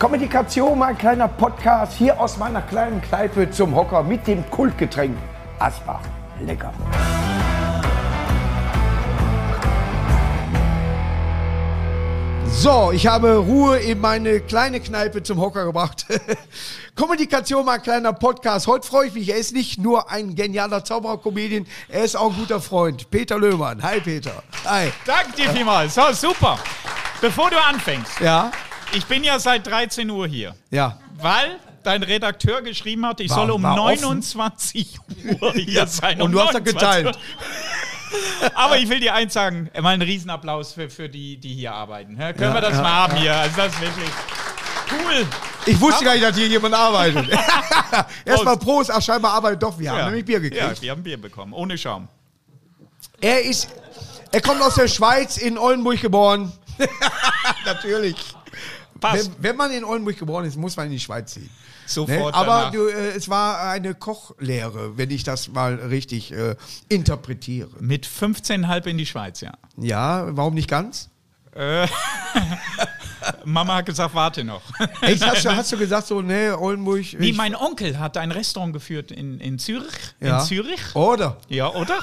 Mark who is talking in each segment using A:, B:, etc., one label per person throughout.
A: Kommunikation, mein kleiner Podcast hier aus meiner kleinen Kneipe zum Hocker mit dem Kultgetränk Asbach. Lecker. So, ich habe Ruhe in meine kleine Kneipe zum Hocker gebracht. Kommunikation, mein kleiner Podcast. Heute freue ich mich. Er ist nicht nur ein genialer Zauberer-Comedian, er ist auch ein guter Freund. Peter Löhmann. Hi, Peter. Hi.
B: Danke dir vielmals. So, super. Bevor du anfängst,
A: Ja,
B: ich bin ja seit 13 Uhr hier,
A: ja.
B: weil dein Redakteur geschrieben hat, ich
A: War-
B: soll um
A: war offen.
B: 29 Uhr hier sein.
A: Und
B: Um
A: du hast das
B: 29 Uhr.
A: geteilt.
B: Aber ich will dir eins sagen, mal einen Riesenapplaus für, für die, die hier arbeiten. Ja, können wir das mal haben hier? Also das ist wirklich cool.
A: Ich wusste gar nicht, dass hier jemand arbeitet. Erstmal Prost. Ach, scheinbar arbeitet doch. Wir haben
B: Ja.
A: nämlich Bier gekriegt.
B: Ja, wir haben Bier bekommen, ohne Schaum.
A: Er ist, er kommt aus der Schweiz, in Oldenburg geboren. Natürlich.
B: Passt.
A: Wenn, wenn man in Oldenburg geboren ist, muss man in die Schweiz ziehen. Ne?
B: Sofort
A: Aber
B: danach.
A: du, äh, es war eine Kochlehre, wenn ich das mal richtig äh, interpretiere.
B: Mit 15,5 in die Schweiz, ja.
A: Ja, warum nicht ganz?
B: Mama hat gesagt, warte noch.
A: Echt, hast, du, hast du gesagt so, ne, Oldenburg?
B: Nee,
A: ich-
B: mein Onkel hat ein Restaurant geführt in, in Zürich.
A: Ja.
B: In Zürich.
A: Oder?
B: Ja, oder?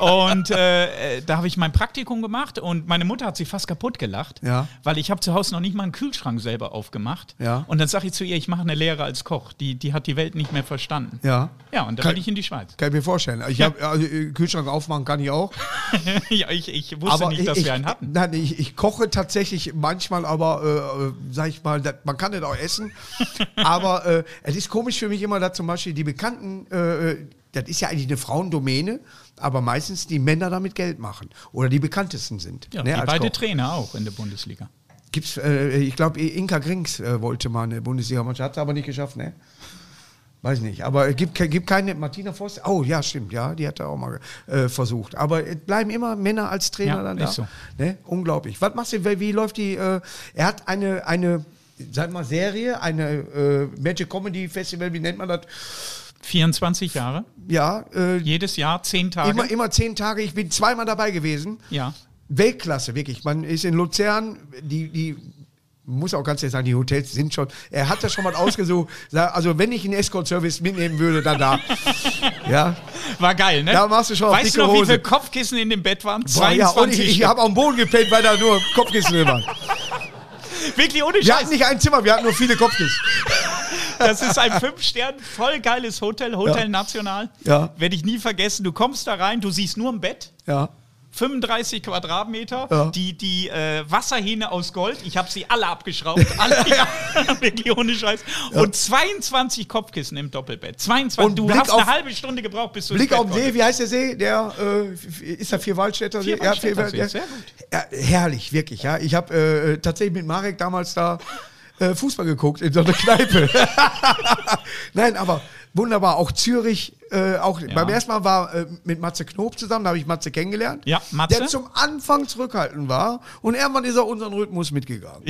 B: Und äh, äh, da habe ich mein Praktikum gemacht und meine Mutter hat sich fast kaputt gelacht,
A: Ja.
B: weil ich habe zu Hause noch nicht mal einen Kühlschrank selber aufgemacht.
A: Ja.
B: Und dann sage ich zu ihr, ich mache eine Lehre als Koch. Die, die hat die Welt nicht mehr verstanden.
A: Ja.
B: Ja, und dann
A: Kann-
B: bin ich in die Schweiz.
A: Kann ich mir vorstellen. Ich hab, also, äh, Kühlschrank aufmachen kann ich auch.
B: ja, ich, ich wusste nicht, dass
A: ich,
B: wir einen hatten.
A: Nein, ich, ich koche tatsächlich manchmal, aber äh, äh, sag ich mal, das, man kann das auch essen. aber äh, es ist komisch für mich immer, dass zum Beispiel die Bekannten, äh, äh, das ist ja eigentlich eine Frauendomäne, aber meistens die Männer damit Geld machen oder die bekanntesten sind.
B: Ja,
A: ne,
B: die
A: als
B: beide
A: Koch.
B: Trainer auch in der Bundesliga.
A: Gibt's, äh, ich glaube, Inka Grings äh, wollte mal eine Bundesliga-Mannschaft, hat es aber nicht geschafft, ne? Weiß nicht, aber es gibt, ke- gibt keine. Martina Voss, oh ja, stimmt, ja, die hat da auch mal äh, versucht. Aber es bleiben immer Männer als Trainer
B: Ja,
A: dann
B: ist
A: da.
B: so.
A: Ne? Unglaublich. Was machst du, wie, wie läuft die? Äh, er hat eine, eine, sag mal, Serie, eine äh, Magic Comedy Festival, wie nennt man das?
B: 24 Jahre,
A: Ja, äh,
B: jedes Jahr, 10 Tage.
A: immer, immer zehn Tage. Ich bin zweimal dabei gewesen.
B: ja.
A: Weltklasse, wirklich. Man ist in Luzern, die, die muss auch ganz ehrlich sagen, die Hotels sind schon. Er hat ja schon mal ausgesucht. Sa- Also, wenn ich einen Escort-Service mitnehmen würde, dann da. ja.
B: War geil, ne?
A: Da machst du schon auf
B: Weißt
A: dicke
B: du noch, wie
A: Hose.
B: viele Kopfkissen in dem Bett waren?
A: Boah, ja und ich,
B: 22
A: ich habe am Boden gepennt, weil da nur Kopfkissen drin waren.
B: Wirklich ohne
A: Wir hatten
B: Scheiß.
A: nicht ein Zimmer, wir hatten nur viele Kopfkissen.
B: Das ist ein Fünf-Stern, voll geiles Hotel, Hotel National.
A: Ja.
B: Werde ich nie vergessen. Du kommst da rein, du siehst nur ein Bett.
A: Ja.
B: 35 Quadratmeter,
A: Ja.
B: die, die äh, Wasserhähne aus Gold, ich habe sie alle abgeschraubt, alle, wirklich ohne Scheiß. Und 22 Kopfkissen im Doppelbett. 22,
A: Und
B: du
A: Blick
B: hast eine
A: auf-
B: halbe Stunde gebraucht, bis du
A: Blick
B: ins
A: auf
B: Bett
A: den See,
B: konntest.
A: wie heißt der See? Der äh, f- ist da Vierwaldstätter See?
B: Vierwaldstätter See,
A: Vierwald-
B: sehr gut.
A: Ja, herrlich, wirklich, ja. Ich habe äh, tatsächlich mit Marek damals da äh, Fußball geguckt in so einer Kneipe. Nein, aber wunderbar. Auch Zürich, äh, auch beim ersten Mal war äh, mit Matze Knob zusammen, da habe ich Matze kennengelernt.
B: Ja, Matze.
A: Der zum Anfang zurückhaltend war und irgendwann ist er unseren Rhythmus mitgegangen.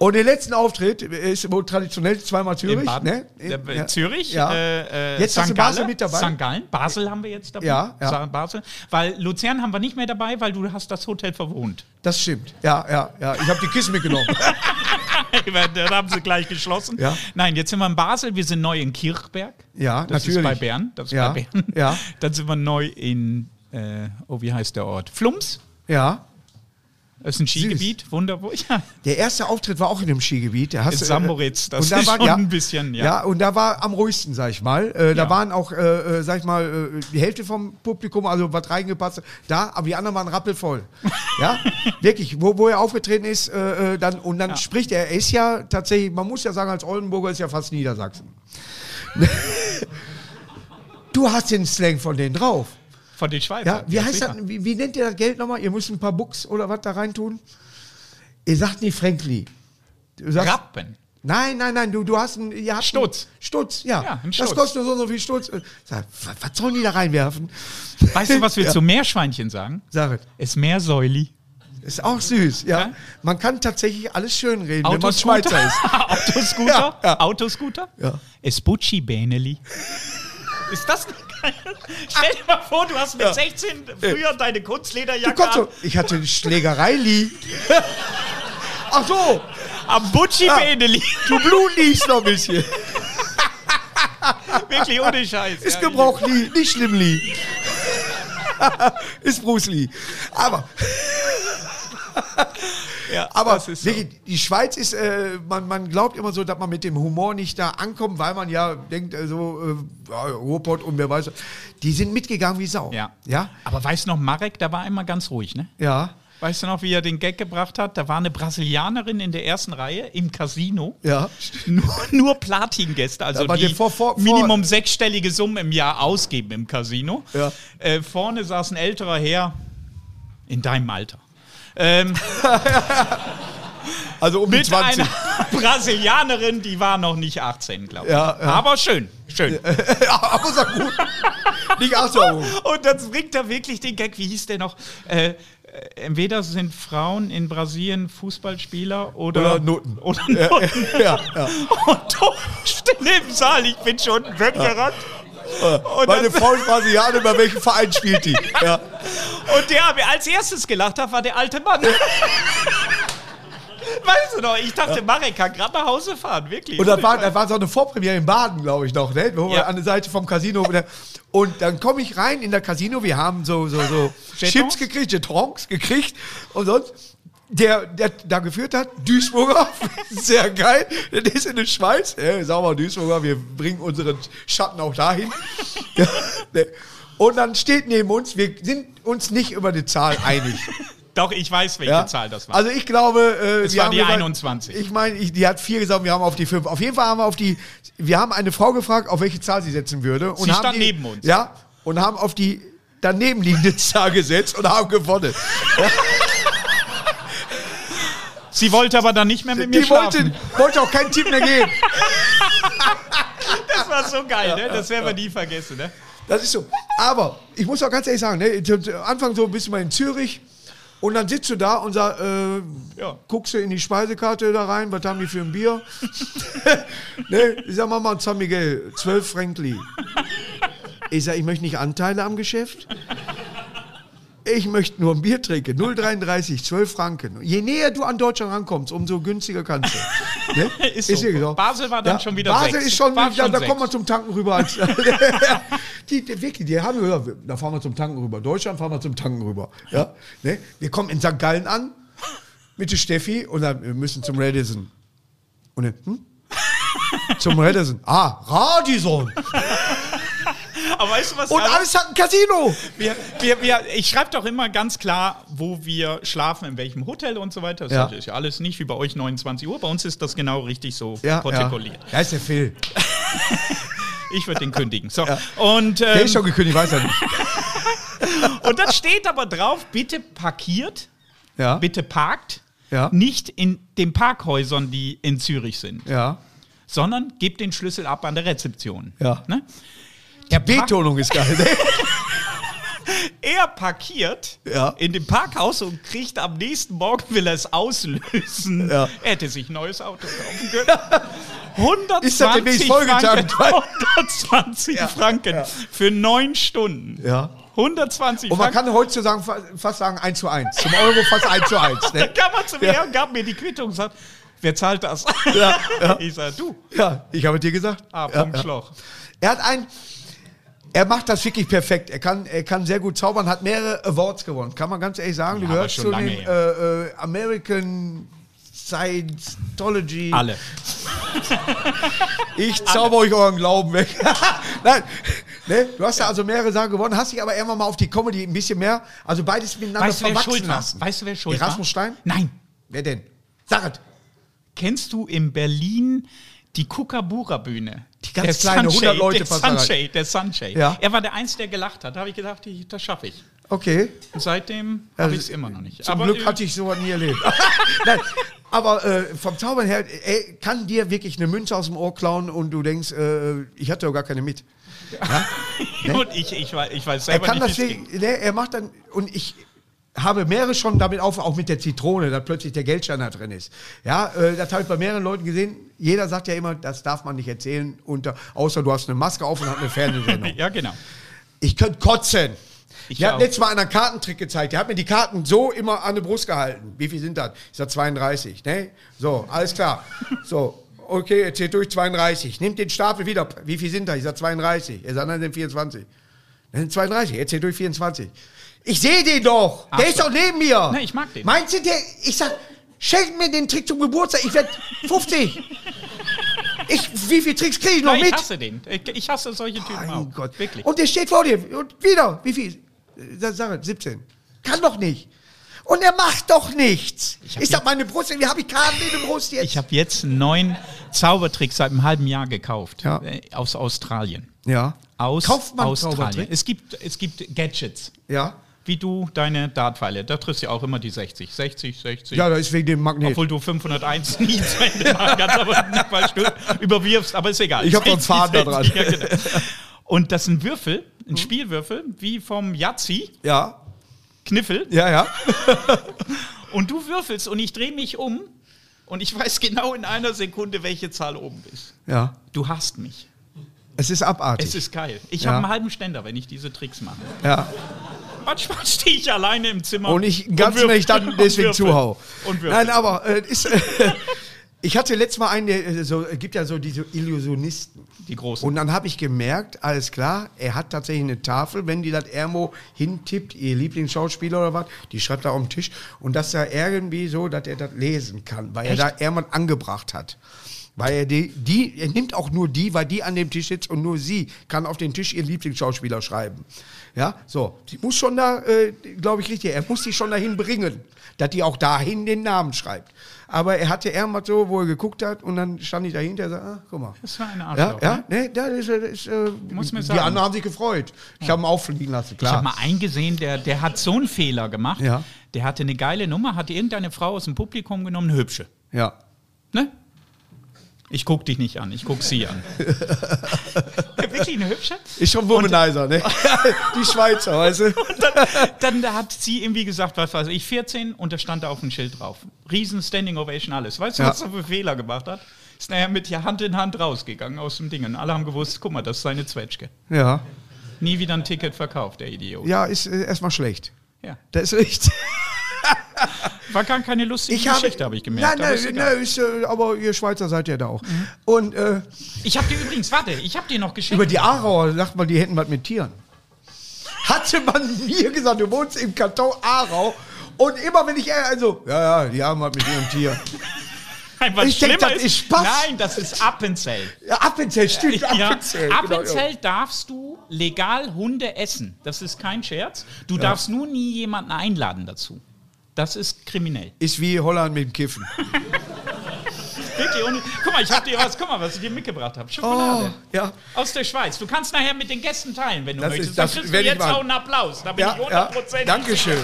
A: und den letzten Auftritt ist wohl traditionell zweimal Zürich.
B: In Baden,
A: ne?
B: äh,
A: Ja.
B: Zürich,
A: Ja.
B: äh, äh,
A: Jetzt hast
B: St.
A: du Basel
B: Gallen,
A: mit dabei.
B: St. Gallen, Basel haben wir jetzt dabei.
A: Ja, ja.
B: Sa- Basel. Weil Luzern haben wir nicht mehr dabei, weil du hast das Hotel verwohnt.
A: Das stimmt. Ja, ja, ja. Ich habe die Kissen mitgenommen.
B: da haben sie gleich geschlossen.
A: Ja.
B: Nein, jetzt sind wir in Basel, wir sind neu in Kirchberg.
A: Ja,
B: das
A: natürlich.
B: Ist bei Bern. Das ist
A: Ja,
B: bei Bern.
A: ja.
B: Dann sind wir neu in, äh, oh, wie heißt der Ort? Flums.
A: ja.
B: Das ist ein Skigebiet, wunderbar. Ja,
A: Der erste Auftritt war auch in dem Skigebiet. Da hast
B: In
A: du, äh,
B: Samoritz, das
A: und da
B: ist
A: war-
B: schon ein bisschen, ja.
A: und da war am ruhigsten, sag ich mal. Äh, da
B: Ja.
A: waren auch, äh, äh, sag ich mal, äh, die Hälfte vom Publikum, also was reingepasst, hat, da, aber die anderen waren rappelvoll. ja, wirklich, wo, wo er aufgetreten ist, äh, äh, dann, und dann spricht er, er ist ja tatsächlich, man muss ja sagen, als Oldenburger ist ja fast Niedersachsen. du hast den Slang von denen drauf.
B: von den Schweizern.
A: Ja, wie heißt das? Wie, wie nennt ihr das Geld nochmal? Ihr müsst ein paar Bucks oder was da reintun. Ihr sagt nicht Frankly. Du sagst,
B: Rappen.
A: Nein, nein, nein, du, du hast einen. Ihr habt
B: Stutz.
A: Einen, Stutz, ja.
B: Ja, ein
A: Das
B: Stutz.
A: kostet nur so und so viel Stutz. Äh, Sag, wa- was sollen die da reinwerfen?
B: Weißt du, was wir
A: ja.
B: zu Meerschweinchen sagen?
A: Sag es.
B: Es Meersäuli.
A: Ist auch süß, ja.
B: Ja?
A: Man kann tatsächlich alles schönreden, wenn man Schweizer ist.
B: Autoscooter?
A: Ja, ja.
B: Autoscooter?
A: Ja.
B: Es Bucci Bäneli. Ist das nicht geil? Stell dir mal vor, du hast mit 16 früher deine
A: Du
B: Kunstlederjacke
A: kommst
B: an,
A: so. Ich hatte Schlägerei, Lee. Ach so.
B: Am Butchi
A: Ja.
B: Bedeli.
A: Du Blut liest noch ein bisschen.
B: Wirklich ohne Scheiß.
A: Ist
B: ja.
A: gebraucht Lee, nicht schlimm Lee. ist Bruce Lee. Aber,
B: Ja,
A: aber
B: das ist so.
A: wirklich, die Schweiz ist, äh, man, man glaubt immer so, dass man mit dem Humor nicht da ankommt, weil man ja denkt, also äh, ja, Ruhrpott und wer weiß. Die sind mitgegangen wie Sau.
B: Ja.
A: Ja.
B: Aber weißt du noch, Marek, da war immer ganz ruhig, ne?
A: Ja.
B: Weißt du noch, wie er den Gag gebracht hat? Da war eine Brasilianerin in der ersten Reihe im Casino.
A: Ja.
B: Nur, nur Platin-Gäste, also
A: Aber
B: die
A: der vor- vor- vor-
B: Minimum sechsstellige Summen im Jahr ausgeben im Casino.
A: Ja.
B: Äh, vorne saß ein älterer Herr in deinem Alter. Ähm,
A: Also um die
B: mit
A: 20.
B: einer Brasilianerin, die war noch nicht 18, glaube ich.
A: Ja, ja.
B: Aber schön, schön.
A: ja, aber sag gut. Nicht Achtung.
B: Und dann bringt er wirklich den Gag, wie hieß der noch? Äh, äh, entweder sind Frauen in Brasilien Fußballspieler oder,
A: Oder Noten.
B: Oder Noten.
A: Ja, ja.
B: Und Todesstille im Saal, ich bin schon weggerannt. Und,
A: Meine
B: dann,
A: Frau ist Brasilianer, bei welchem Verein spielt die? Ja.
B: und der, der als erstes gelacht hat, war der alte Mann. weißt du noch, ich dachte, Marek kann gerade nach Hause fahren, wirklich.
A: Und das war, das war so eine Vorpremiere in Baden, glaube ich noch, ne? Wo
B: Ja.
A: wir an der Seite vom Casino. wieder- Und dann komme ich rein in der Casino. Wir haben so, so, so
B: Jetons?
A: Chips gekriegt, Jetons gekriegt und sonst. Der, der da geführt hat, Duisburger, sehr geil. Der ist in der Schweiz. Äh, sag mal, Duisburger, wir bringen unseren Schatten auch dahin. Ne? und dann steht neben uns, wir sind uns nicht über die Zahl einig.
B: Doch, ich weiß, welche
A: Ja?
B: Zahl das war.
A: Also ich glaube, äh,
B: Es
A: wir
B: war
A: haben
B: die
A: über-
B: 21.
A: Ich meine, ich, die hat vier gesagt, wir haben auf die fünf. Auf jeden Fall haben wir auf die. Wir haben eine Frau gefragt, auf welche Zahl sie setzen würde. Und
B: Sie
A: haben
B: stand
A: die,
B: neben uns.
A: Ja. Und haben auf die daneben liegende Zahl gesetzt und haben gewonnen.
B: Sie wollte aber dann nicht mehr mit mir
A: Die
B: schlafen.
A: wollte, wollte auch keinen Tipp mehr geben.
B: Das war so geil, ne? Das werden wir nie vergessen, ne?
A: Das ist so. Aber ich muss auch ganz ehrlich sagen, ne, zum- zum Anfang so bist du mal in Zürich und dann sitzt du da und sag, äh,
B: Ja.
A: guckst du in die Speisekarte da rein, was haben die für ein Bier? ne, ich sag, mach mal ein San Miguel, 12 Frankli. Ich sag, ich möchte nicht Anteile am Geschäft. Ich möchte nur ein Bier trinken. 0,33, 12 Franken. Je näher du an Deutschland rankommst, umso günstiger kannst du. Ne?
B: Ist so.
A: wirklich
B: Basel war dann schon wieder
A: Basel
B: sechs.
A: ist schon,
B: War
A: da,
B: schon
A: da
B: sechs.
A: kommt man zum Tanken rüber. Als, die, die, wirklich, die haben gesagt, wir- da fahren wir zum Tanken rüber. Deutschland fahren wir zum Tanken rüber. Ja? Ne? Wir kommen in St. Gallen an mit der Steffi und dann, wir müssen zum Radisson. Und dann, hm? Zum Radisson. Ah, Radisson.
B: Aber weißt du was?
A: Und
B: geil
A: alles hat ein Casino.
B: Wir, wir, wir, ich schreibe doch immer ganz klar, wo wir schlafen, in welchem Hotel und so weiter. Das
A: Ja.
B: ist ja alles nicht wie bei euch 29 Uhr. Bei uns ist das genau richtig so
A: Ja, ja.
B: protokolliert.
A: Da ist der Phil.
B: Ich würde den kündigen. So. Und,
A: Der
B: ähm,
A: ist schon gekündigt, weiß er nicht.
B: und dann steht aber drauf, bitte parkiert,
A: Ja.
B: Ähm, bitte parkt.
A: Ja.
B: Nicht in den Parkhäusern, die in Zürich sind,
A: Ja.
B: sondern gebt den Schlüssel ab an der Rezeption.
A: Ja.
B: Ne? Der Park-
A: Betonung ist geil. Ne?
B: er parkiert
A: Ja.
B: in dem Parkhaus und kriegt am nächsten Morgen, will er es auslösen.
A: Ja.
B: Er hätte sich ein neues Auto kaufen können. 120
A: Ist das demnächst
B: Franken,
A: vollgetankt?
B: 120 Franken für neun Stunden.
A: Ja.
B: 120
A: Und man
B: Franken.
A: kann heutzutage fa- fast sagen 1 zu 1. Zum Euro fast 1 zu 1. Ne?
B: Dann kam man zu mir und gab mir die Quittung und sagt, wer zahlt das?
A: Ja, ja.
B: Ich sage, du,
A: Ja, ich habe dir gesagt.
B: A.
A: ja,
B: Ja,
A: ja.
B: Schloch.
A: Er hat ein. Er macht das wirklich perfekt. Er kann, er kann sehr gut zaubern, hat mehrere Awards gewonnen. Kann man ganz ehrlich sagen.
B: Ja,
A: du
B: aber
A: gehörst
B: schon
A: zu
B: lange
A: den äh, äh, American Scientology.
B: Alle.
A: Ich zauber euch euren Glauben weg. Nein, ne? du hast da also mehrere Sachen gewonnen, hast dich aber irgendwann mal auf die Comedy ein bisschen mehr, also beides miteinander
B: Weißt du, wer
A: verwachsen
B: schuld war?
A: lassen.
B: Weißt du, wer schuld war?
A: Erasmus Stein?
B: Nein.
A: Wer denn? Sag es.
B: Kennst du in Berlin die Kukabura-Bühne? Die
A: ganz kleine, 100 Leute
B: Der
A: passen da rein.
B: Sunshade, der Sunshade.
A: Ja.
B: Er war der Einzige, der gelacht hat. Da habe ich gedacht, ich- das schaffe ich.
A: Okay.
B: Und seitdem
A: Ja,
B: habe ich
A: das-
B: es immer noch nicht.
A: Zum
B: Aber,
A: Glück
B: äh,
A: hatte ich sowas nie erlebt. Nein, aber äh, vom Zaubern her, er kann dir wirklich eine Münze aus dem Ohr klauen und du denkst, äh, ich hatte doch gar keine mit.
B: Gut, ich, ich, weiß, ich weiß
A: Ne? Er
B: selber
A: kann
B: nicht,
A: das,
B: wie's ging.
A: wirklich- ne, er macht dann, und ich habe mehrere schon damit auf, auch mit der Zitrone, dass plötzlich der Geldschein da drin ist. Ja, äh, das habe ich bei mehreren Leuten gesehen. Jeder sagt ja immer, das darf man nicht erzählen, unter, außer du hast eine Maske auf und hast eine Fernsehsendung.
B: Ja, genau.
A: Ich könnte kotzen.
B: Ich
A: Der
B: auch.
A: hat letztes Mal einer einen Kartentrick gezeigt. Der hat mir die Karten so immer an die Brust gehalten. Wie viel sind das? Ich sag 32. Ne? So, alles klar. So, okay, jetzt zählt durch 32. Nimmt den Stapel wieder. Wie viel sind da? Ich sag 32. Er sagt, nein, sind 24. Dann sind 32. Jetzt zählt durch 24. Ich sehe den doch.
B: Ach
A: der
B: so.
A: ist doch neben mir.
B: Nee, ich mag den.
A: Meinst du, der, ich sag, schenk mir den Trick zum Geburtstag. Ich werd 50. Ich, wie viel Tricks kriege ich noch
B: Nein,
A: mit?
B: ich hasse den. Ich, ich hasse solche Typen
A: Mein
B: auch.
A: Gott.
B: Genau. Wirklich.
A: Und der steht vor dir. Und wieder. Wie viel? Äh, Sache, 17. Kann doch nicht. Und er macht doch nichts.
B: hab
A: Ist das meine Brust? Wie habe ich Karten in der Brust jetzt?
B: ich habe jetzt einen neuen Zaubertrick seit einem halben Jahr gekauft.
A: Ja.
B: Äh, Aus Australien.
A: ja.
B: Aus
A: Kauft man
B: Australien.
A: Zaubertrick?
B: Es gibt, es gibt Gadgets.
A: Ja.
B: Wie du deine Dartpfeile. Da triffst du ja auch immer die 60. 60, 60.
A: Ja, da ist wegen dem Magnet.
B: Obwohl du 501 nie zu Ende machen kannst, aber nicht, weil du überwirfst, aber ist egal.
A: Ich hab doch einen
B: 60,
A: Faden da
B: 60, ja, genau. Und das sind Würfel, ein Spielwürfel, wie vom Yazzi,
A: ja.
B: Kniffel,
A: Ja, ja.
B: und du würfelst und ich drehe mich um und ich weiß genau in einer Sekunde, welche Zahl oben ist.
A: Ja.
B: Du hasst mich.
A: Es ist abartig.
B: Es ist geil. Ich
A: Ja.
B: habe einen halben Ständer, wenn ich diese Tricks mache.
A: ja.
B: Manchmal stehe ich alleine im Zimmer.
A: Und ich ganz
B: würfel-
A: wenn ich dann deswegen
B: und würfel.
A: zuhau.
B: Und würfel.
A: Nein, aber äh, ist, äh, ich hatte letztes Mal einen, der, äh, so, gibt ja so diese Illusionisten.
B: die großen.
A: Und dann habe ich gemerkt, alles klar, er hat tatsächlich eine Tafel, wenn die das Ermo hintippt, ihr Lieblingsschauspieler oder was, die schreibt da auf den Tisch. Und dass da irgendwie so, dass er das lesen kann, weil
B: Echt?
A: er da Ermann angebracht hat. Weil er die, die, er nimmt auch nur die, weil die an dem Tisch sitzt und nur sie kann auf den Tisch ihr Lieblingsschauspieler schreiben. Ja, so. Sie muss schon da, äh, glaube ich, richtig, er muss die schon dahin bringen, dass die auch dahin den Namen schreibt. Aber er hatte Ermann so, wo er geguckt hat und dann stand ich dahinter und sagte, ah, guck mal.
B: das war ein
A: Ja,
B: Arschloch.
A: ja,
B: ne?
A: nee, das ist, das ist, äh,
B: Muss man
A: die
B: sagen.
A: anderen haben sich gefreut. Ich habe ihn auffliegen lassen,
B: Ich habe
A: klar.
B: mal eingesehen, der, der hat so einen Fehler gemacht.
A: Ja.
B: Der hatte eine geile Nummer, hat irgendeine Frau aus dem Publikum genommen, eine hübsche.
A: Ja.
B: Ne? Ich guck dich nicht an, ich guck sie an. Wirklich eine hübsche?
A: Ist schon Womanizer, ne? die Schweizer, weißt du?
B: Dann hat sie irgendwie gesagt, was weiß ich, 14 und da stand da auf dem Schild drauf. Riesen Standing Ovation, alles. Weißt du,
A: Ja.
B: was er für Fehler gemacht hat? Ist nachher mit hier Hand in Hand rausgegangen aus dem Ding. Und alle haben gewusst, guck mal, das ist seine Zwetschge.
A: Ja.
B: Nie wieder ein Ticket verkauft, der Idiot.
A: Ja, ist äh, erstmal schlecht.
B: Ja.
A: Das ist richtig.
B: War gar keine lustige Geschichte, habe ich gemerkt. aber
A: Nein,
B: ist
A: nein,
B: egal. Mhm.
A: nein, ist, äh, aber ihr Schweizer seid ja da auch. Und äh,
B: Ich habe dir übrigens, warte, ich habe dir noch geschickt.
A: über die Aarauer sagt man, die hätten was mit Tieren. Hatte man mir gesagt, du wohnst im Kanton Aarau. Und immer wenn ich, äh, also, ja, ja, die haben was mit ihrem Tier.
B: Nein, was
A: Ich denk,
B: schlimmer
A: das ist Spaß.
B: Nein, das ist Appenzell.
A: Ja, Appenzell, stimmt,
B: Ja,
A: Appenzell. genau, ja.
B: Appenzell darfst du legal Hunde essen. Das ist kein Scherz. Du darfst nur nie jemanden einladen dazu. Das ist kriminell.
A: Ist wie Holland mit dem Kiffen.
B: Wirklich, ohne- guck mal, ich hab dir was, guck mal, was ich dir mitgebracht habe. Schokolade.
A: ja.
B: Aus der Schweiz. Du kannst nachher mit den Gästen teilen, wenn du
A: Oh. Das
B: möchtest.
A: ist-
B: Dann
A: das
B: kriegst du
A: werd ich
B: jetzt
A: machen.
B: auch einen Applaus. Da bin ich
A: Ja, ja.
B: 100
A: Dankeschön.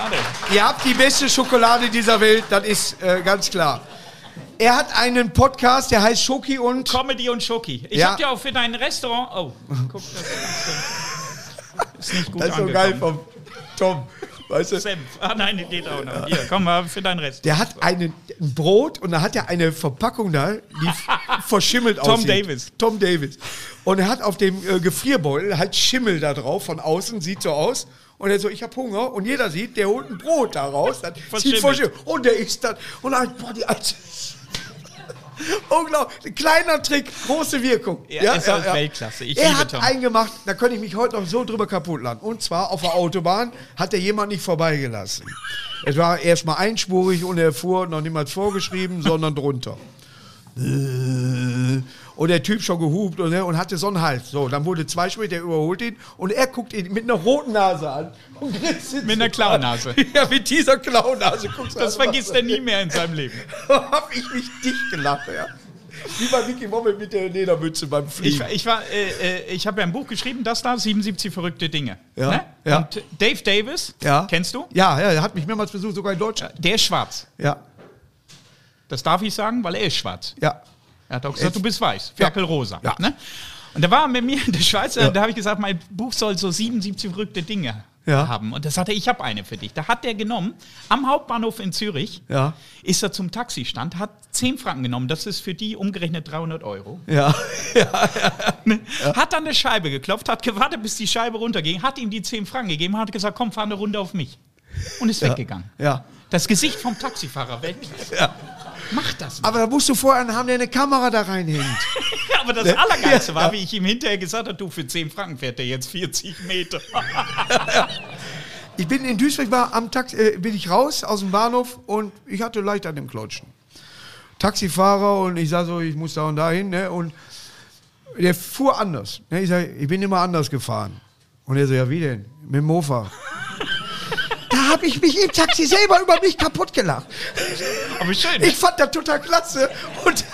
B: Warte.
A: Ihr habt die beste Schokolade dieser Welt, das ist äh, ganz klar. Er hat einen Podcast, der heißt Schoki und.
B: Comedy und Schoki. Ich
A: Ja.
B: hab dir auch für dein Restaurant. Oh, guck, das ist nicht gut
A: Das ist so
B: angekommen.
A: geil vom Tom. Weißt du?
B: Senf. Ah nein, das geht auch noch. Hier, komm mal für deinen Rest.
A: Der hat einen, ein Brot und da hat er eine Verpackung da, die f- verschimmelt
B: Tom
A: aussieht.
B: Davis.
A: Tom Davis. Und er hat auf dem äh, Gefrierbeutel halt Schimmel da drauf, von außen, sieht so aus. Und er so, ich hab Hunger. Und jeder sieht, der holt ein Brot da raus. Das sieht
B: Verschimmelt.
A: verschimmelt. Und der isst das. Und dann, boah, die alte. Unglaublich. Ein Kleiner Trick, große Wirkung.
B: Ja, ist halt Weltklasse. Ich
A: er
B: liebe
A: hat
B: Tom.
A: einen gemacht, da könnte ich mich heute noch so drüber kaputt lachen. Und zwar auf der Autobahn hat er jemand nicht vorbeigelassen. Es war erstmal einspurig und er fuhr noch niemals vorgeschrieben, sondern drunter. Äh, Und der Typ schon gehupt und, ne, und hatte so einen Hals. So, dann wurde zweispurig, der überholt ihn und er guckt ihn mit einer roten Nase an. Und grinst ihn
B: Mit
A: so
B: einer
A: an.
B: Klauennase.
A: Ja, mit dieser Klauennase. guckst du
B: Das
A: an,
B: vergisst
A: was-
B: er nie mehr in seinem Leben.
A: hab ich mich dicht gelacht, ja. Wie bei Mickey Mommel mit der Ledermütze beim
B: Ich,
A: Fliegen.
B: war- ich war, äh, äh, ich habe ja ein Buch geschrieben, das da 77 verrückte Dinge. ne?
A: Ja, ja.
B: Und Dave Davis,
A: ja.
B: kennst du?
A: Ja, ja, er hat mich mehrmals besucht, sogar in Deutschland.
B: Der ist schwarz.
A: Ja,
B: Das darf ich sagen, weil er ist schwarz.
A: ja.
B: Er hat auch gesagt, du bist weiß, Ferkelrosa.
A: Ja.
B: Ne? Und da war er mit mir in der Schweiz, äh,
A: Ja.
B: da habe ich gesagt, mein Buch soll so 77 verrückte Dinge
A: Ja.
B: haben. Und das hat er, ich habe eine für dich. Da hat der genommen, am Hauptbahnhof in Zürich,
A: Ja.
B: ist er zum Taxistand, hat 10 Franken genommen. Das ist für die umgerechnet 300 Euro.
A: Ja.
B: Hat an der Scheibe geklopft, hat gewartet, bis die Scheibe runterging, hat ihm die 10 Franken gegeben, hat gesagt, komm, fahr eine Runde auf mich. Und ist weggegangen.
A: Ja.
B: Das Gesicht vom Taxifahrer weg. Mach das nicht.
A: Aber da musst du vorher haben, der eine Kamera da reinhängt.
B: Aber das Allergeilste war, wie ich ihm hinterher gesagt habe, du, für 10 Franken fährt der jetzt 40 Meter.
A: Ich bin in Duisburg, war am Taxi, äh, bin ich raus aus dem Bahnhof und ich hatte leicht an dem Klotschen. Taxifahrer und ich sag so, ich muss da und da hin, ne? Und der fuhr anders. Ne? Ich sag, ich bin immer anders gefahren. Und er so, ja wie denn? Mit dem Mofa. Da habe ich mich im Taxi selber über mich kaputt gelacht.
B: Aber schön.
A: Ich fand das total klasse. Und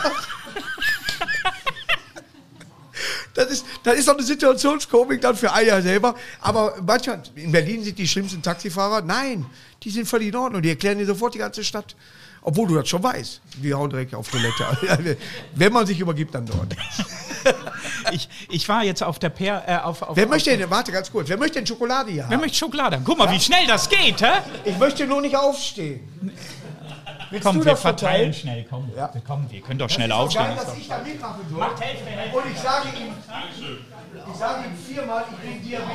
A: das ist, das ist doch eine Situationskomik dann für Eier selber. Aber manchmal, in Berlin sind die schlimmsten Taxifahrer. Nein, die sind völlig in Ordnung. Die erklären dir sofort die ganze Stadt. Obwohl du das schon weißt. Die hauen direkt auf Toilette. Wenn man sich übergibt, dann dort.
B: Ich, ich war jetzt auf der Per. Äh, auf, auf,
A: Wer
B: auf-
A: möchte denn, warte ganz kurz, wer möchte denn Schokolade hier
B: Wer
A: haben?
B: möchte Schokolade? haben? Guck mal, wie schnell das geht, hä?
A: Ich möchte nur nicht aufstehen. Willst
B: Komm,
A: du
B: wir
A: das
B: verteilen
A: verteilen?
B: schnell. Komm,
A: Ja.
B: komm, wir können doch
A: Das ist
B: schnell
A: doch
B: aufstehen.
A: Geil,
B: ist
A: dass
B: doch-
A: ich da mitmachen soll.
B: Macht, helft mir, helft
A: Und ich sage ihm, ich sage ihm viermal, ich bin Diabetes.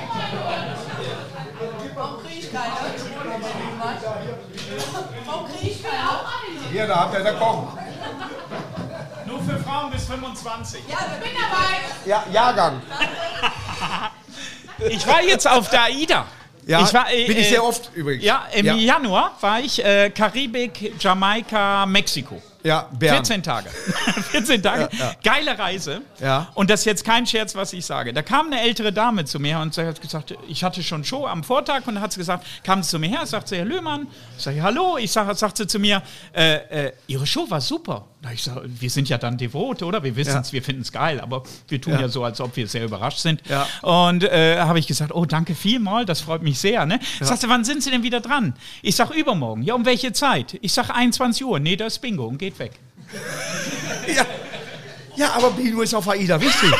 C: Warum kriege ich keine? Warum kriege ich keine?
A: Hier, da habt ihr, da kommt.
B: Nur für Frauen bis 25.
C: Ja, ich bin dabei.
A: Ja, Jahrgang.
B: Ich war jetzt auf der AIDA.
A: Ja,
B: ich war, äh,
A: bin ich
B: äh,
A: sehr oft übrigens.
B: Ja, im
A: ja,
B: Januar war ich äh, Karibik, Jamaika, Mexiko.
A: ja, Bern.
B: 14 Tage. 14 Tage.
A: Ja, ja.
B: Geile Reise.
A: Ja.
B: Und das ist jetzt kein Scherz, was ich sage. Da kam eine ältere Dame zu mir und sie hat gesagt, ich hatte schon Show am Vortag und hat sie gesagt, kam sie zu mir her, sagt sie, Herr Löhmann. Ich sage, hallo. Ich sag, sagt sie zu mir, äh, äh, Ihre Show war super. Na, ich sage, wir sind ja dann Devote, oder? Wir wissen es, wir finden es geil, aber wir tun ja. so, als ob wir sehr überrascht sind.
A: Ja.
B: Und äh, habe ich gesagt, oh, danke vielmal, das freut mich sehr. Ne? Sagt sie, wann sind Sie denn wieder dran? Ich sage, übermorgen. Ja, um welche Zeit? Ich sage, 21 Uhr. Nee, das ist Bingo und geht weg.
A: Ja. ja, aber Bino ist auf AIDA wichtig.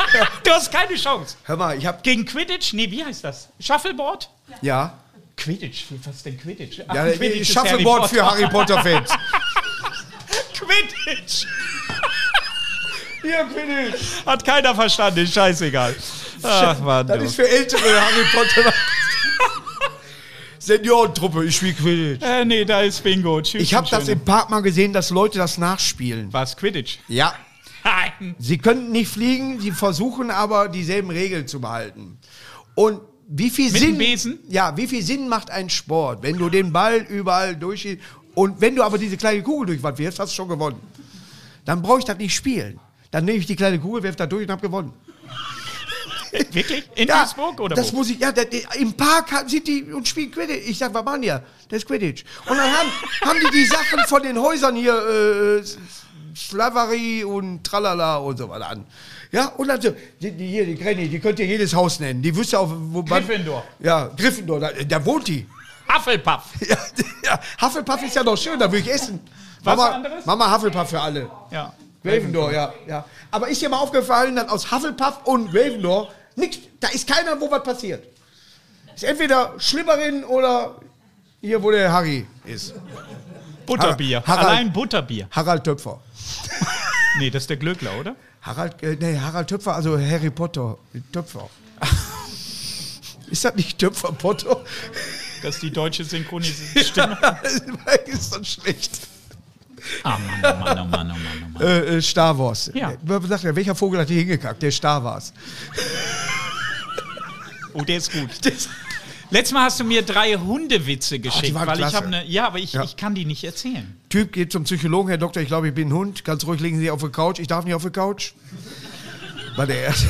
B: Du hast keine Chance.
A: Hör mal, ich hab.
B: Gegen Quidditch? Nee, wie heißt das? Shuffleboard?
A: Ja.
B: Quidditch? Was ist denn Quidditch? Ach,
A: Ja,
B: Quidditch
A: ich
B: ist
A: schaffe
B: Harry
A: Wort
B: Potter.
A: für Harry Potter-Fans.
B: Quidditch!
A: Hier bin ich.
B: Hat keiner verstanden, ist scheißegal. Ach, Mann,
A: Das
B: du.
A: ist für ältere Harry Potter. Seniorentruppe, ich spiel Quidditch.
B: Äh, nee, da ist Bingo. Tschüss.
A: Ich habe
B: und
A: das
B: schöne-
A: im Park mal gesehen, dass Leute das nachspielen.
B: Was, Quidditch?
A: Ja.
B: Nein.
A: Sie können nicht fliegen, sie versuchen aber dieselben Regeln zu behalten. Und wie viel
B: Mit dem
A: Sinn
B: Besen?
A: Ja, wie viel Sinn macht ein Sport, wenn du den Ball überall durch und wenn du aber diese kleine Kugel durchwand wirfst, hast du schon gewonnen. Dann brauche ich das nicht spielen. Dann nehme ich die kleine Kugel, werf da durch und habe gewonnen.
B: Wirklich? In
A: Ja,
B: Duisburg oder
A: das
B: wo?
A: muss ich. Ja, der, der, im Park haben- sind die und spielen Quidditch. Ich sag, was machen die? ja? Das ist Quidditch. Und dann haben, haben die die Sachen von den Häusern hier, äh, Slavari und Tralala und so weiter an. Ja, und dann so, die, die hier, die Granny, die könnt ihr jedes Haus nennen. Die wüsste auch, wo man-
B: Gryffindor.
A: Ja, Gryffindor, da, da wohnt die.
B: Hufflepuff.
A: Ja, ja, Hufflepuff ist ja noch schön, da würde ich essen.
B: Was
A: Mama,
B: anderes?
A: Mama Hufflepuff für alle.
B: Ja.
A: Gryffindor, ja, ja. Aber ist dir mal aufgefallen, dass aus Hufflepuff und Gryffindor nix, da ist keiner, wo was passiert. Ist entweder Schlimmerin oder hier, wo der Harry ist.
B: Butterbier.
A: Harald-
B: Allein Butterbier.
A: Harald Töpfer.
B: Nee, das ist der Glöckler, oder?
A: Harald, äh, nee, Harald Töpfer, also Harry Potter. Töpfer. Ist das nicht Töpfer Potter?
B: Das ist die deutsche Synchronisation. Stimmt.
A: ist das schlecht.
B: Ah, Mann, oh Mann, oh Mann, oh Mann, oh Mann.
A: Äh, äh, Star Wars.
B: Ja.
A: Wer sagt ja, welcher Vogel hat hier hingekackt? Der Star Wars.
B: Oh, der ist gut. Letztes Mal hast du mir drei Hundewitze geschickt,
A: Ah, waren
B: weil ich
A: klasse.
B: habe eine. Ja, aber ich,
A: Ja.
B: ich kann die nicht erzählen.
A: Typ geht zum Psychologen, Herr Doktor, ich glaube, ich bin ein Hund. Ganz ruhig legen Sie auf die Couch. Ich darf nicht auf die Couch. War der erste.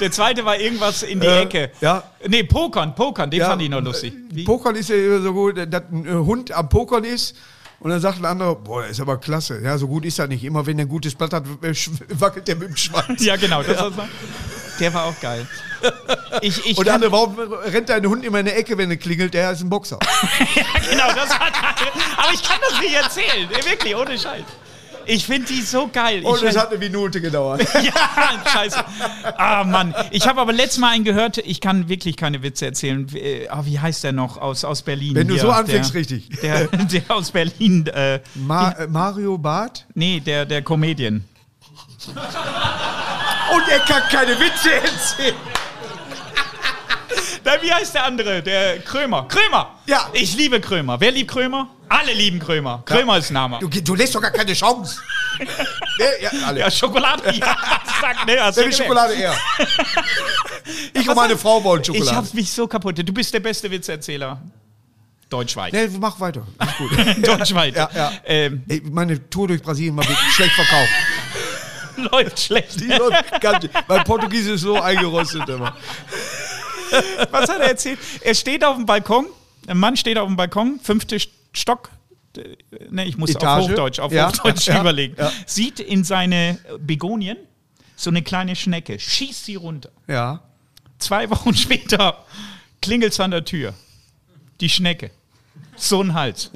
B: Der zweite war irgendwas in die
A: Äh,
B: Ecke.
A: ja.
B: Nee, Pokern, Pokern, den
A: Ja, Äh.
B: fand ich noch lustig. Wie?
A: Pokern ist ja immer so gut, dass ein äh, Hund am Pokern ist. Und dann sagt ein anderer, boah, der ist aber klasse. Ja, so gut ist er nicht. Immer wenn er ein gutes Blatt hat, äh, sch- wackelt der mit dem Schwanz.
B: Ja, genau. Das war's. Der war auch geil. Ich, ich
A: Und der
B: kann,
A: andere, warum rennt dein Hund immer in der Ecke, wenn er klingelt? Der ist ein Boxer.
B: genau, das hat, aber ich kann das nicht erzählen. Wirklich, Äh, ohne Scheiß. Ich finde die so geil. Ich
A: Und es
B: find-
A: hat eine Minute gedauert.
B: ja, scheiße. Ah, Mann. Ich habe aber letztes Mal einen gehört, ich kann wirklich keine Witze erzählen. Äh, Ah, wie heißt der noch aus, aus Berlin?
A: Wenn du
B: hier,
A: so anfängst,
B: der,
A: richtig.
B: Der, der aus Berlin, äh,
A: Ma äh, Mario Barth?
B: nee, der, der Comedian.
A: Und er kann keine Witze erzählen.
B: Na, wie heißt der andere? Der Krömer. Krömer!
A: Ja.
B: Ich liebe Krömer. Wer liebt Krömer? Alle lieben Krömer. Krömer ist Name.
A: Du, du lässt doch gar keine Chance. nee, ja, alle.
B: Ja, Schokolade. Ja, sag, ne, hast du
A: Wer will
B: gemerkt.
A: Schokolade eher? Ich und
B: Was
A: meine
B: ist-
A: Frau wollen
B: Ich
A: Schokolade.
B: hab's mich so kaputt. Du bist der beste Witzerzähler. Deutschschweiz.
A: Nee, mach weiter. Ist gut.
B: Deutschschweiz.
A: Ja, ja.
B: Ähm,
A: Ey, meine Tour durch Brasilien war wirklich schlecht verkauft.
B: läuft schlecht.
A: Die läuft ganz, mein Portugiesisch ist so eingerostet immer.
B: Was hat er erzählt? Er steht auf dem Balkon, ein Mann steht auf dem Balkon, fünfte Stock. äh, Ne, ich muss
A: Etage.
B: auf Hochdeutsch, auf
A: Ja,
B: Hochdeutsch
A: ja,
B: überlegen.
A: ja.
B: Sieht in seine Begonien so eine kleine Schnecke, schießt sie runter.
A: Ja.
B: Zwei Wochen später klingelt's an der Tür. Die Schnecke. So ein Hals.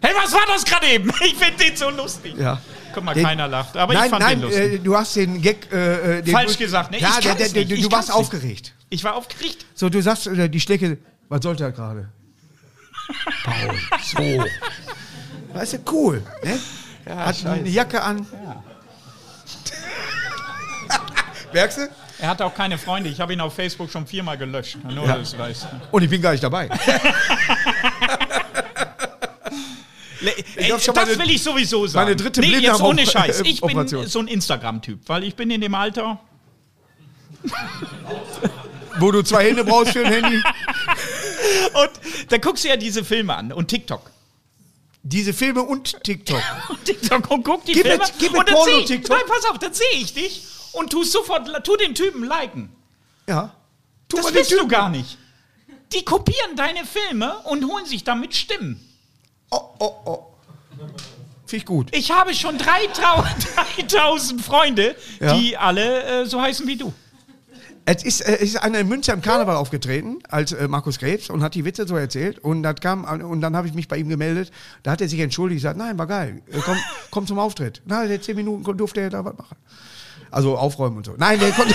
B: Hey, was war das gerade eben? Ich finde den so lustig.
A: Ja.
B: Guck mal,
A: Den-
B: keiner lacht. Aber ich
A: nein,
B: fand
A: nein,
B: den lustig.
A: äh, du hast den Gag. Äh, äh, den
B: Falsch gesagt, ne?
A: Ja,
B: Ich
A: der,
B: kann's
A: der, der,
B: nicht,
A: du warst
B: ich kann's nicht.
A: aufgeregt.
B: ich war aufgeregt.
A: So, du sagst, äh, die Schnecke, was sollte er gerade? Paul, so. Weißt du, cool, ne? Hat eine Jacke an. Merkst du?
B: Er hat auch keine Freunde. Ich habe ihn auf Facebook schon viermal gelöscht. Nur,
A: Ja.
B: dass du weißt.
A: Und ich bin gar nicht dabei.
B: Le Ey,
A: hab
B: das
A: schon meine-
B: will ich sowieso sagen.
A: meine dritte
B: nee, jetzt
A: Blinddarm-
B: ohne Scheiß. Ich bin
A: Operation.
B: so ein Instagram-Typ, weil ich bin in dem Alter.
A: Wo du zwei Hände brauchst für ein Handy.
B: Und da guckst du ja diese Filme an und TikTok.
A: Diese Filme und TikTok.
B: Und TikTok und guck die
A: Gib
B: Filme.
A: mit- gib mit
B: und dann
A: Porno
B: seh ich,
A: TikTok.
B: Nein, pass auf, dann sehe ich dich und tu sofort, tu den Typen liken.
A: Ja. Tu mal
B: Das
A: den
B: bist du
A: Typen.
B: gar nicht. Die kopieren deine Filme und holen sich damit Stimmen.
A: Oh, oh, oh. Finde ich gut.
B: Ich habe schon 3000 Freunde,
A: Ja.
B: die alle äh, so heißen wie du.
A: Es ist, äh, es ist einer in Münster im Karneval aufgetreten, als äh, Markus Krebs, und hat die Witze so erzählt. Und, das kam, an- und dann habe ich mich bei ihm gemeldet. Da hat er sich entschuldigt gesagt, nein, war geil. Äh, komm, komm zum Auftritt. Na, der zehn Minuten kon- durfte er da was machen. Also aufräumen und so. Nein, der konnte.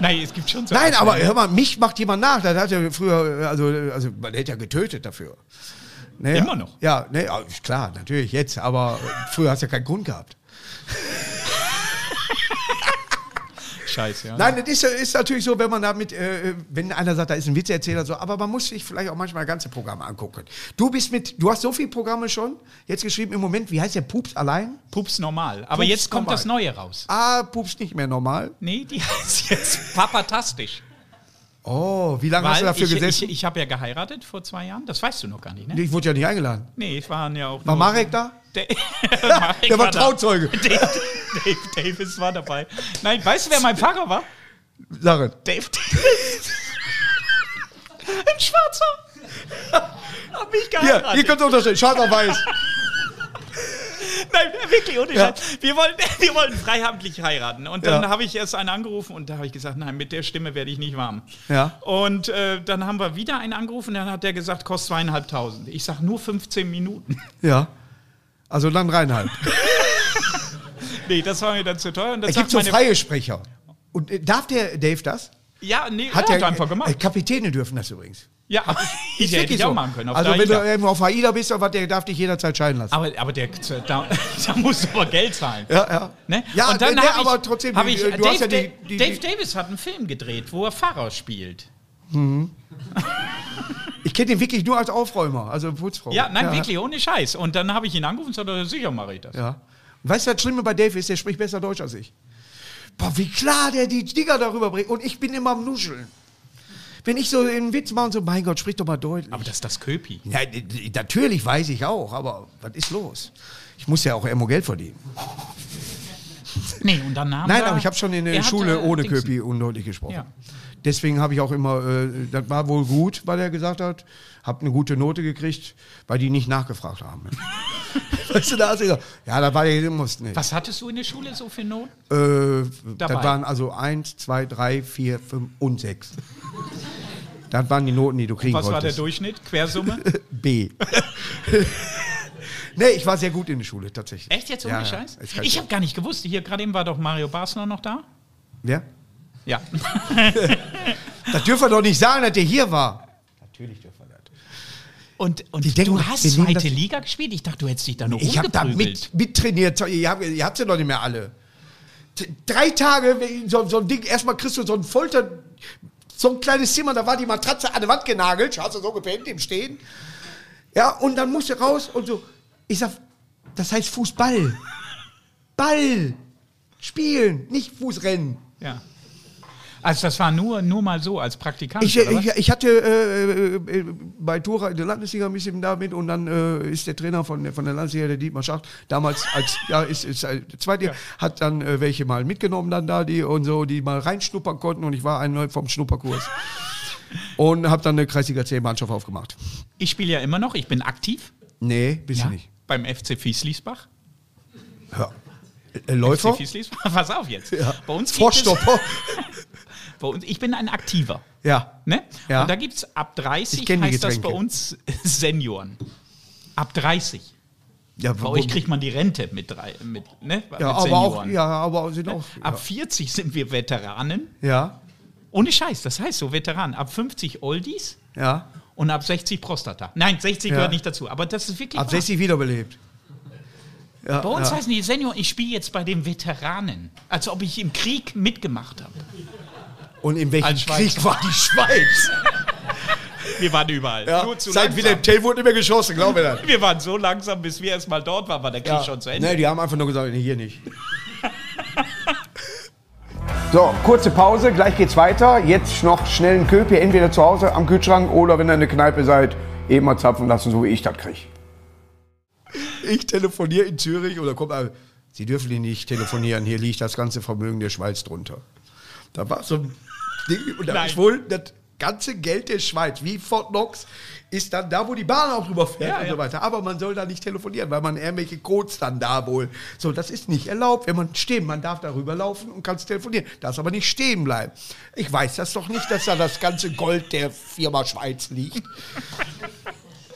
B: Nein, es gibt schon so.
A: Nein,
B: Ausnahmen.
A: aber hör mal, mich macht jemand nach. Das hat er früher, äh, also, äh, also man hätte ja getötet dafür. Ne,
B: Immer noch?
A: Ja, ne, ja, ist klar, natürlich jetzt, aber äh, früher hast du ja keinen Grund gehabt.
B: Scheiße, ja.
A: Nein, das ist, ist natürlich so, wenn man damit, äh, wenn einer sagt, da ist ein Witzeerzähler, so, aber man muss sich vielleicht auch manchmal ganze Programme angucken. Du bist mit, du hast so viele Programme schon, jetzt geschrieben im Moment, wie heißt der Pups allein?
B: Pups normal. Aber
A: Pups
B: jetzt kommt
A: normal.
B: das Neue raus.
A: Ah, Pups nicht mehr normal.
B: Nee, die heißt jetzt Papatastisch.
A: Oh, wie lange hast du
B: Weil
A: dafür
B: ich ich,
A: gesessen?
B: ich habe ja geheiratet vor zwei Jahren. Das weißt du noch gar nicht,
A: Nee,
B: ne?
A: ich wurde ja nicht eingeladen.
B: Nee, ich war ja auch.
A: War
B: nur-
A: Marek da?
B: Der, Marek
A: Der war
B: da.
A: Trauzeuge.
B: Dave, Dave Davis war dabei. Nein, weißt du, wer mein Pfarrer war?
A: Sachen.
B: Dave Davis. Ein Schwarzer. Hab mich geheiratet.
A: Hier, ihr könnt unterstellen, schwarz auf weiß.
B: Nein, wirklich, ohne
A: Ja.
B: Scheiß. Wir wollten, wir wollten freihabentlich heiraten. Und dann
A: Ja.
B: habe ich erst einen angerufen und da habe ich gesagt, nein, mit der Stimme werde ich nicht warm.
A: Ja.
B: Und äh, dann haben wir wieder einen angerufen, dann hat der gesagt, kostet zweieinhalbtausend. Ich sage nur 15 Minuten.
A: Ja. Also dann dreieinhalb.
B: nee, das war mir dann zu teuer. Und dann
A: Es gibt
B: sagt
A: so
B: meine,
A: freie Sprecher. Und äh, darf der Dave das?
B: ja, nee, hat er hat einfach
A: äh,
B: gemacht.
A: Kapitäne dürfen das übrigens.
B: Ja, ich
A: Ist
B: hätte
A: wirklich
B: ich auch
A: so.
B: machen können. auf
A: Also
B: der
A: wenn du
B: AIDA.
A: irgendwo auf AIDA bist, aber der darf dich jederzeit scheiden lassen.
B: aber, aber der, da, da musst du aber Geld zahlen.
A: Ja, ja.
B: Ne?
A: Ja,
B: und dann
A: ne,
B: habe ich,
A: aber trotzdem,
B: hab
A: die-
B: ich,
A: du
B: Dave,
A: hast ja die-
B: Da-
A: die-
B: Dave Davis hat einen Film gedreht, wo er Pfarrer spielt.
A: Ich kenne den wirklich nur als Aufräumer, also Putzfrau.
B: Ja, nein, wirklich, ohne Scheiß. Und dann habe ich ihn angerufen und sagte, sicher mache ich das.
A: Ja. Und weißt du, das Schlimme bei Dave ist, der spricht besser Deutsch als ich. Boah, wie klar der die Dinger darüber bringt. Und ich bin immer am Nuscheln. Wenn ich so einen Witz mache und so, mein Gott, sprich doch mal deutlich.
B: Aber das ist das Köpi.
A: ja, natürlich weiß ich auch, aber was ist los? Ich muss ja auch irgendwo Geld verdienen.
B: Nee, und dann haben
A: Nein,
B: wir-
A: aber ich habe schon in der
B: Er hat,
A: Schule
B: äh,
A: ohne
B: Dings-
A: Köpi undeutlich gesprochen.
B: Ja.
A: Deswegen habe ich auch immer, äh, das war wohl gut, weil er gesagt hat, habe eine gute Note gekriegt, weil die nicht nachgefragt haben. weißt du, da hast du gesagt, ja, da war der, musst nicht.
B: Was hattest du in der Schule so für Noten?
A: Äh, das
B: Dabei.
A: waren also 1, 2, 3, 4, 5 und 6. Das waren die Noten, die du kriegen
B: Was war der
A: konntest.
B: Durchschnitt? Quersumme?
A: B. Nee, ich war sehr gut in der Schule, tatsächlich.
B: Echt jetzt ohne
A: Ja, ja,
B: Scheiß?
A: ist halt kein
B: ich
A: Scherz.
B: habe gar nicht gewusst. Hier gerade eben war doch Mario Basler noch da.
A: Ja?
B: Ja.
A: Das dürfen wir doch nicht sagen, dass der hier war. Natürlich dürfen wir das.
B: Und, und
A: Die denken,
B: du hast
A: wir nehmen
B: zweite
A: das-
B: Liga gespielt? Ich dachte, du hättest dich da nur
A: Ich habe da
B: rumgeprügelt.
A: mit, mittrainiert. Ihr habt, ihr habt sie doch nicht mehr alle. T- Drei Tage, so, so ein Ding, erstmal kriegst du so ein Folter, so ein kleines Zimmer, da war die Matratze an der Wand genagelt, hast du so gepennt im Stehen. Ja, und dann musst du raus und so. Ich sag, das heißt Fußball. Ball. Spielen, nicht Fußrennen.
B: Ja. Also das war nur, nur mal so als Praktikant.
A: Ich,
B: oder was?
A: ich, ich hatte äh, äh, äh, bei Tora in der Landesliga ein bisschen damit und dann äh, ist der Trainer von, der- von der Landesliga, der Dietmar Schacht, damals als ja, ist, ist äh, zweite, hat dann äh, welche mal mitgenommen dann da, die und so, die mal reinschnuppern konnten und ich war einmal vom Schnupperkurs. und habe dann eine Kreisliga C-Mannschaft aufgemacht.
B: ich spiele ja immer noch, ich bin aktiv.
A: Nee, bist du nicht.
B: Beim FC Fiesliesbach.
A: Hör. Äh, Läufer?
B: FC Fiesliesbach, pass auf jetzt. Bei uns gibt es,
A: Vorstopper?
B: bei uns, ich bin ein Aktiver.
A: ja.
B: Ne?
A: Ja.
B: Und da gibt es ab 30,
A: Ich kenn die
B: heißt das bei
A: Getränke.
B: uns Senioren. Ab 30.
A: ja.
B: Bei euch kriegt man die Rente mit, drei, mit, ne? mit
A: ja, aber auch, ja, aber sind auch.
B: Ab 40 sind wir Veteranen.
A: Ja,
B: Ohne Scheiß, das heißt so, Veteranen. Ab 50 Oldies
A: ja.
B: und ab 60 Prostata. Nein, 60
A: Ja.
B: gehört nicht dazu, aber das ist wirklich
A: Ab
B: wahr.
A: 60 wiederbelebt. Ja,
B: Bei uns
A: ja.
B: heißen die Senioren, ich spiele jetzt bei den Veteranen. Als ob ich im Krieg mitgemacht habe.
A: Und in welchem
B: Als Schweiz.
A: Krieg war die Schweiz?
B: Wir waren überall.
A: Ja,
B: Nur zu
A: seit
B: langsam.
A: Wilhelm Tell wurde nicht mehr geschossen, glaube mir das.
B: Wir waren so langsam, bis wir erstmal dort waren, war der Krieg schon zu Ende.
A: Nee, die haben einfach nur gesagt, nee, hier nicht. So, kurze Pause, gleich geht's weiter. Jetzt noch schnell einen Köpi, entweder zu Hause am Kühlschrank oder wenn ihr in der Kneipe seid, eben mal zapfen lassen, so wie ich das kriege. Ich telefoniere in Zürich oder kommt ein, Sie dürfen hier nicht telefonieren, hier liegt das ganze Vermögen der Schweiz drunter. Da war so ein Ding und da
B: Nein.
A: ist wohl das ganze Geld der Schweiz, wie Fort Knox, ist dann da, wo die Bahn auch drüber fährt
B: Ja,
A: und
B: ja.
A: so weiter. Aber man soll da nicht telefonieren, weil man irgendwelche Codes dann da wohl. So, das ist nicht erlaubt, wenn man stehen, man darf darüber laufen und kann telefonieren, darf aber nicht stehen bleiben. Ich weiß das doch nicht, dass da das ganze Gold der Firma Schweiz liegt.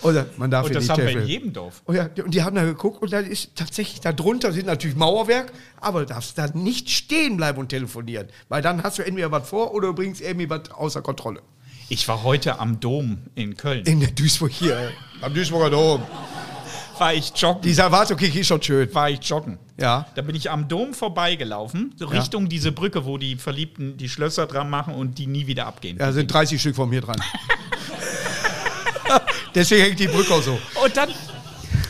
A: Oder man darf
B: Und
A: hier
B: das
A: nicht
B: haben wir in
A: telefonieren.
B: jedem Dorf.
A: Oh ja, und die haben da geguckt und da ist tatsächlich da drunter sind natürlich Mauerwerk, aber du darfst da nicht stehen bleiben und telefonieren, weil dann hast du entweder was vor oder du bringst irgendwie was außer Kontrolle.
B: Ich war heute am Dom in Köln.
A: In der Duisburg hier, am Duisburger Dom.
B: war ich joggen.
A: Die Salvatorkirche ist schon schön.
B: War ich joggen.
A: Ja.
B: Da bin ich am Dom vorbeigelaufen, so
A: Ja.
B: Richtung diese Brücke, wo die Verliebten die Schlösser dran machen und die nie wieder abgehen.
A: Ja, sind 30 Stück von mir dran. Deswegen hängt die Brücke auch so.
B: Und dann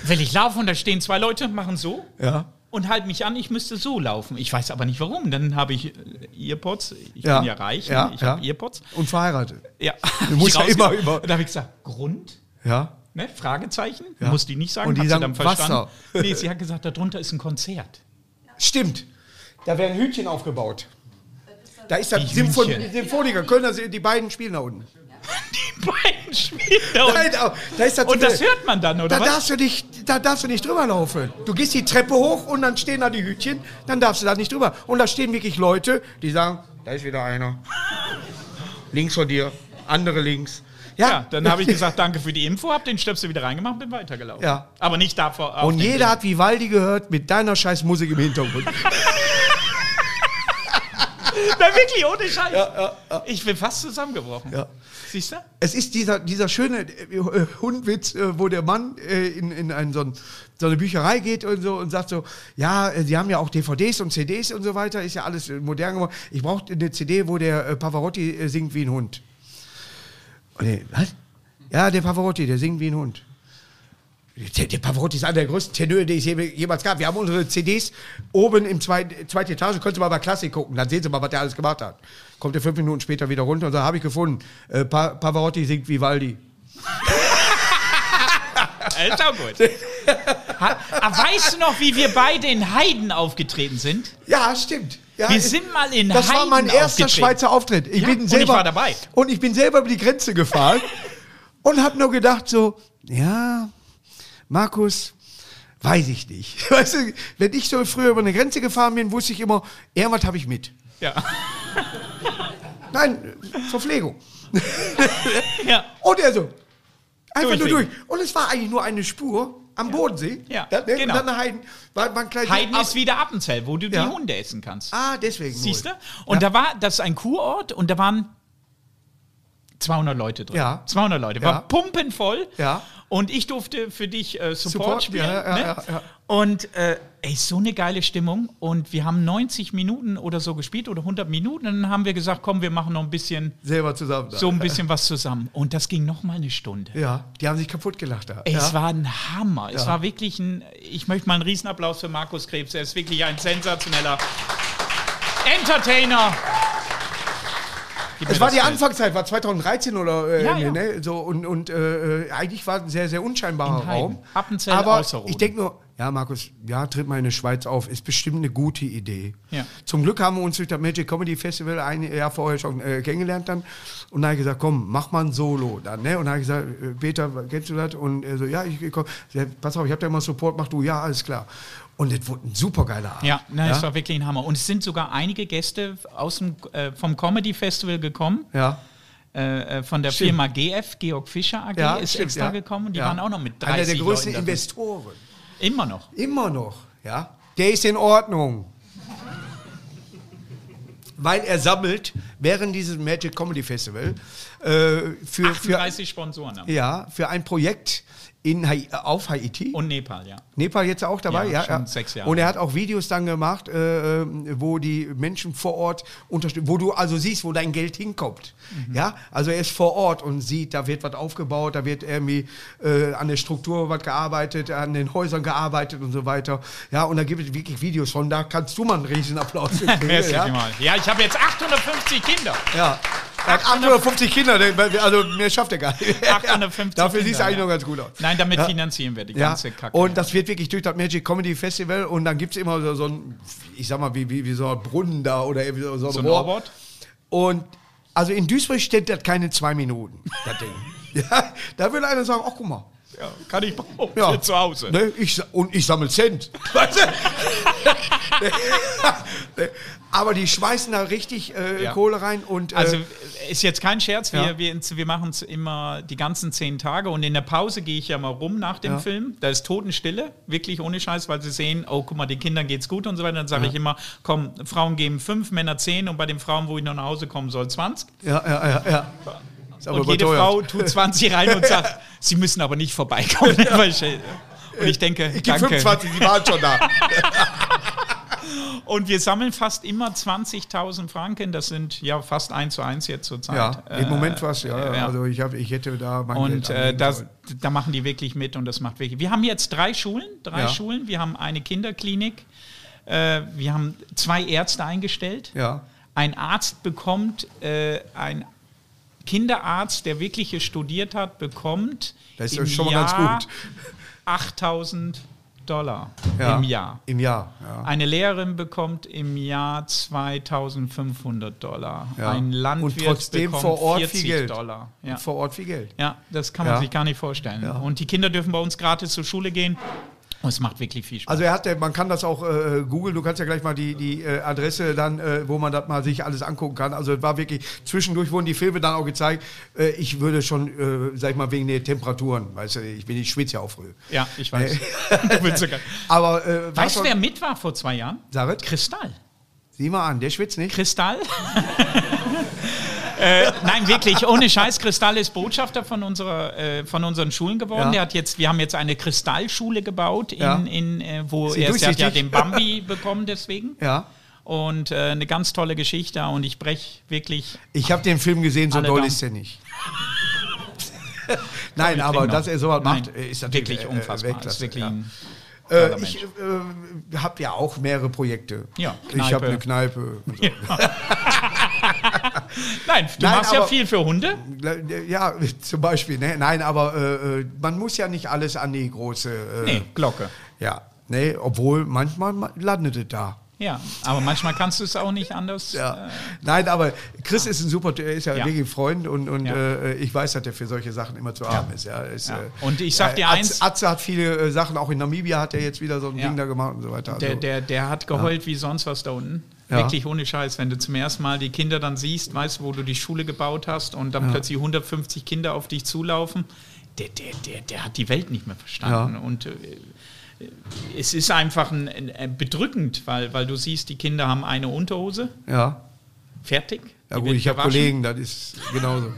B: will ich laufen und da stehen zwei Leute, machen so
A: Ja.
B: und halten mich an, ich müsste so laufen. Ich weiß aber nicht warum. Dann habe ich äh, Earpods. Ich
A: Ja.
B: bin ja reich,
A: Ja,
B: ne? ich
A: ja.
B: habe Earpods.
A: Und verheiratet.
B: Ja.
A: Du musst
B: Ich
A: ja immer
B: rausge-
A: über-
B: Und da habe ich gesagt, Grund?
A: Ja.
B: Ne? Fragezeichen?
A: Ja.
B: Muss die nicht sagen,
A: Und die
B: hat
A: sagen
B: sie dann
A: Wasser.
B: verstanden. Nee, sie hat gesagt, darunter ist ein Konzert.
A: Stimmt. Da werden Hütchen aufgebaut. Da ist das
B: Die
A: Symphon
B: Hütchen.
A: Symphoniker, Kölner, die beiden spielen da unten.
B: Die beiden spielen da unten.
A: Nein, da da ist das
B: Und das hört man dann, oder
A: da
B: was?
A: darfst, du nicht, da darfst du nicht drüber laufen. Du gehst die Treppe hoch und dann stehen da die Hütchen, dann darfst du da nicht drüber. Und da stehen wirklich Leute, die sagen, da ist wieder einer. links von dir, andere links.
B: Ja, dann habe ich gesagt, danke für die Info, habe den Stöpsel wieder reingemacht, bin weitergelaufen.
A: Ja.
B: Aber nicht davor. auf
A: Und
B: den
A: jeder
B: Ding.
A: hat Vivaldi gehört mit deiner scheiß Musik im Hintergrund.
B: Na wirklich, ohne Scheiß. Ich bin fast zusammengebrochen.
A: Ja.
B: Siehst du?
A: Es ist dieser, dieser schöne äh, äh, Hundwitz, äh, wo der Mann äh, in, in einen, so, ein, so eine Bücherei geht und so und sagt so, ja, äh, sie haben ja auch DVDs und CDs und so weiter, ist ja alles äh, modern geworden. Ich brauche eine CD, wo der äh, Pavarotti äh, singt wie ein Hund. Und der, was? Ja, der Pavarotti, der singt wie ein Hund. Der, der Pavarotti ist einer der größten Tenöre, die es je- jemals gab. Wir haben unsere CDs oben im zweiten, zweiten Etage. Könnt ihr mal bei Klassik gucken, dann sehen Sie mal, was der alles gemacht hat. Kommt er fünf Minuten später wieder runter und sagt, habe ich gefunden. Äh, pa Pavarotti singt Vivaldi.
B: Äh, Ist auch gut. ha, ah, weißt du noch, wie wir beide in Heiden aufgetreten sind?
A: Ja, stimmt. Ja,
B: Wir
A: es-
B: sind mal in
A: das
B: Heiden
A: war mein erster
B: aufgetreten.
A: Schweizer Auftritt. Ich
B: Ja, und
A: bin
B: ich
A: selber
B: war dabei.
A: Und ich bin selber über die Grenze gefahren und habe nur gedacht so, ja, Markus, weiß ich nicht. Weißt du, wenn ich so früher über eine Grenze gefahren bin, wusste ich immer, irgendwas habe ich mit.
B: Ja.
A: Nein, Verpflegung.
B: ja.
A: Und er so, einfach nur
B: Durchweg.
A: durch. Und es war eigentlich nur eine Spur am Bodensee.
B: Ja,
A: das, ne?
B: genau.
A: Und dann Heiden. War, war ein kleines
B: Heiden
A: Ab-
B: ist wieder Appenzell, wo du
A: Ja.
B: die Hunde essen kannst.
A: Ah, deswegen.
B: Siehst du?
A: wohl.
B: Und
A: ja.
B: da war das ist ein Kurort und da waren 200 Leute drin.
A: Ja.
B: 200 Leute.
A: Ja.
B: War pumpenvoll.
A: Ja.
B: Und ich durfte für dich äh, Support,
A: Support,
B: spielen.
A: ja, ja,
B: ne?
A: ja, ja.
B: Und äh, ey, so eine geile Stimmung. Und wir haben 90 Minuten oder so gespielt oder 100 Minuten. Und dann haben wir gesagt, komm, wir machen noch ein bisschen,
A: selber zusammen. da.
B: so ein bisschen was zusammen. Und das ging noch mal eine Stunde.
A: Ja, die haben sich kaputt gelacht da.
B: Ey,
A: ja.
B: Es war ein Hammer. Es
A: Ja.
B: war wirklich ein. Ich möchte mal einen Riesenapplaus für Markus Krebs. Er ist wirklich ein sensationeller Entertainer. Gib
A: Es
B: mir
A: war
B: das
A: die
B: Bild.
A: Anfangszeit, war 2013 oder äh,
B: Ja, ja.
A: Ne, so und, und äh, eigentlich war es ein sehr, sehr unscheinbarer
B: In Heiden.
A: Raum.
B: Appenzell,
A: Aber
B: Außerrhoden.
A: ich denke nur, ja, Markus, ja, tritt mal in der Schweiz auf, ist bestimmt eine gute Idee.
B: Ja.
A: Zum Glück haben wir uns durch das Magic Comedy Festival ein Jahr vorher schon äh, kennengelernt dann und dann hab ich gesagt, komm, mach mal ein Solo dann, ne? Und dann hab ich gesagt, äh, Peter, kennst du das? Und er so, ja, ich ich komm. Ich sag, Pass auf, ich hab da immer Support, mach du, ja, alles klar. Und das wurde ein supergeiler Abend. ne?
B: Ja, nein, es war wirklich ein Hammer. Und es sind sogar einige Gäste aus dem, äh, vom Comedy Festival gekommen.
A: ja.
B: Äh, äh, von der
A: Stimmt.
B: Firma GF, Georg Fischer AG,
A: Ja,
B: ist
A: stimmt,
B: extra
A: ja.
B: gekommen. Die
A: Ja.
B: waren auch noch mit 30
A: Einer der größten
B: Leuten da drin.
A: Investoren.
B: Immer noch.
A: Immer noch, ja. Der ist in Ordnung. Weil er sammelt während dieses Magic Comedy Festival äh, für, für,
B: 38 Sponsoren haben.
A: ja, für ein Projekt in Hai auf Haiti.
B: Und Nepal, ja.
A: Nepal jetzt auch dabei,
B: Ja,
A: ja.
B: schon
A: ja.
B: sechs Jahre.
A: Und er hat auch Videos dann gemacht, äh, ähm, wo die Menschen vor Ort unterstützen, wo du also siehst, wo dein Geld hinkommt.
B: Mhm.
A: Ja, also er ist vor Ort und sieht, da wird was aufgebaut, da wird irgendwie äh, an der Struktur was gearbeitet, an den Häusern gearbeitet und so weiter. Ja, und da gibt es wirklich Videos von, da kannst du mal einen riesen Applaus für kriegen,
B: Merci
A: ja?
B: mal. Ja, ich habe jetzt 850 Kinder.
A: ja. Er hat 850 Kinder, der- also mehr schafft er gar nicht.
B: 850
A: Dafür
B: Kinder,
A: sieht es eigentlich
B: ja.
A: noch ganz gut aus.
B: Nein, damit
A: Ja.
B: finanzieren wir die
A: Ja,
B: ganze Kacke.
A: und das wird wirklich durch das Magic Comedy Festival und dann gibt es immer so, so ein, ich sag mal, wie, wie, wie so ein Brunnen da oder irgendwie so, so,
B: so
A: ein
B: ein
A: Rohr.
B: Robot.
A: Und also in Duisburg steht das keine zwei Minuten, das Ding. ja, da würde einer sagen, ach guck mal.
B: Ja, kann ich brauchen
A: Ja.
B: für zu Hause.
A: Ne, ich, sa- und ich sammle Cent. Weißt du? Ne, Aber die schmeißen da richtig äh,
B: Ja.
A: Kohle rein und äh,
B: Also ist jetzt kein Scherz, wir,
A: Ja.
B: wir, wir machen es immer die ganzen zehn Tage und in der Pause gehe ich ja mal rum nach dem
A: Ja.
B: Film. Da ist Totenstille, wirklich ohne Scheiß, weil sie sehen, oh guck mal, den Kindern geht's gut und so weiter. Dann sage ich immer, komm, Frauen geben fünf, Männer zehn und bei den Frauen, wo ich noch nach Hause kommen soll, 20.
A: ja, ja, ja, ja. Ist aber
B: und jede
A: überteuert.
B: Frau tut 20 rein und sagt, sie müssen aber nicht vorbeikommen. Und ich denke,
A: Ich gebe
B: danke.
A: 25, die waren schon da.
B: Und wir sammeln fast immer 20.000 Franken. Das sind ja fast eins zu eins jetzt zur Zeit.
A: Ja,
B: Äh,
A: im Moment was, ja.
B: ja.
A: Also ich, hab, ich hätte da mein
B: Und
A: Geld
B: äh,
A: anlegen
B: das,
A: sollen.
B: da machen die wirklich mit und das macht wirklich. Wir haben jetzt drei Schulen, drei
A: Ja.
B: Schulen. Wir haben eine Kinderklinik. Äh, wir haben zwei Ärzte eingestellt.
A: Ja.
B: Ein Arzt bekommt, äh, ein Kinderarzt, der wirklich hier studiert hat, bekommt
A: Das ist
B: im
A: schon mal ganz
B: Jahr
A: gut.
B: 8000 Dollar
A: Ja,
B: im Jahr.
A: Im Jahr, ja.
B: Eine Lehrerin bekommt im Jahr 2500 Dollar.
A: Ja.
B: Ein Landwirt
A: Und trotzdem
B: bekommt
A: vor Ort
B: 40
A: viel Geld.
B: Dollar. Ja.
A: Vor Ort viel Geld.
B: Ja, das kann man
A: Ja.
B: sich gar nicht vorstellen.
A: Ja.
B: Und die Kinder dürfen bei uns gratis zur Schule gehen. Und es macht wirklich viel Spaß.
A: Also er hat, ja- man kann das auch äh, googeln, du kannst ja gleich mal die, die äh, Adresse dann, äh, wo man das mal sich alles angucken kann. Also es war wirklich, zwischendurch wurden die Filme dann auch gezeigt. Äh, ich würde schon, äh, sag ich mal, wegen der Temperaturen, weißt du, ich bin, ich schwitze ja auch früh.
B: ja, ich weiß. du willst sogar.
A: Aber äh, was
B: Weißt du,
A: soll-
B: wer mit war vor zwei Jahren?
A: Sag es.
B: Kristall.
A: Sieh mal an, der schwitzt nicht.
B: Kristall? äh, nein, wirklich, ohne Scheiß. Kristall ist Botschafter von, unserer, äh, von unseren Schulen geworden.
A: Ja.
B: Der hat jetzt, wir haben jetzt eine Kristallschule gebaut, in,
A: Ja.
B: in, äh, wo
A: Sie
B: er, er hat ja
A: durchsichtig?
B: den Bambi bekommen deswegen.
A: Ja.
B: Und äh, eine ganz tolle Geschichte. Und ich breche wirklich
A: Ich habe den Film gesehen, so
B: Alle
A: doll
B: Daumen.
A: ist er nicht. Nein,
B: Ich
A: aber
B: krieg noch.
A: dass er sowas macht,
B: Nein,
A: äh, ist natürlich
B: wirklich
A: äh,
B: unfassbar.
A: Weltklasse,
B: ist wirklich
A: ja.
B: ein
A: Äh,
B: toller
A: ich
B: Mensch.
A: äh, habe ja auch mehrere Projekte.
B: Ja,
A: Ich
B: Kneipe.
A: habe eine Kneipe. Und so.
B: Nein, du
A: Nein,
B: machst ja
A: aber-
B: viel für Hunde.
A: Ja, zum Beispiel. Ne? Nein, aber äh, äh, man muss ja nicht alles an die große. Äh,
B: Nee, Glocke.
A: Ja. Nee, obwohl manchmal ma- landet es da.
B: Ja, aber manchmal kannst du es auch nicht anders.
A: Ja.
B: äh,
A: Nein, aber Chris ist ein super, er ist ja,
B: Ja.
A: wirklich ein Freund und, und
B: Ja.
A: äh, ich weiß, dass er für solche Sachen immer zu haben ist. Ja, ist
B: Ja.
A: äh,
B: Und ich sag
A: äh,
B: dir
A: Atze-
B: eins-
A: Atze hat viele äh, Sachen, auch in Namibia hat er jetzt wieder so ein
B: Ja.
A: Ding da gemacht und so weiter. Also,
B: Der, der, der hat geheult wie sonst was da unten.
A: Ja.
B: Wirklich ohne Scheiß, wenn du zum ersten Mal die Kinder dann siehst, weißt du, wo du die Schule gebaut hast und dann plötzlich 150 Kinder auf dich zulaufen. der, der, der, der hat die Welt nicht mehr verstanden.
A: Ja.
B: Und äh, es ist einfach ein, ein, ein bedrückend, weil, weil du siehst, die Kinder haben eine Unterhose,
A: Ja.
B: fertig.
A: Ja
B: Die
A: gut,
B: wird
A: ich habe
B: gewaschen.
A: Kollegen, das ist genauso.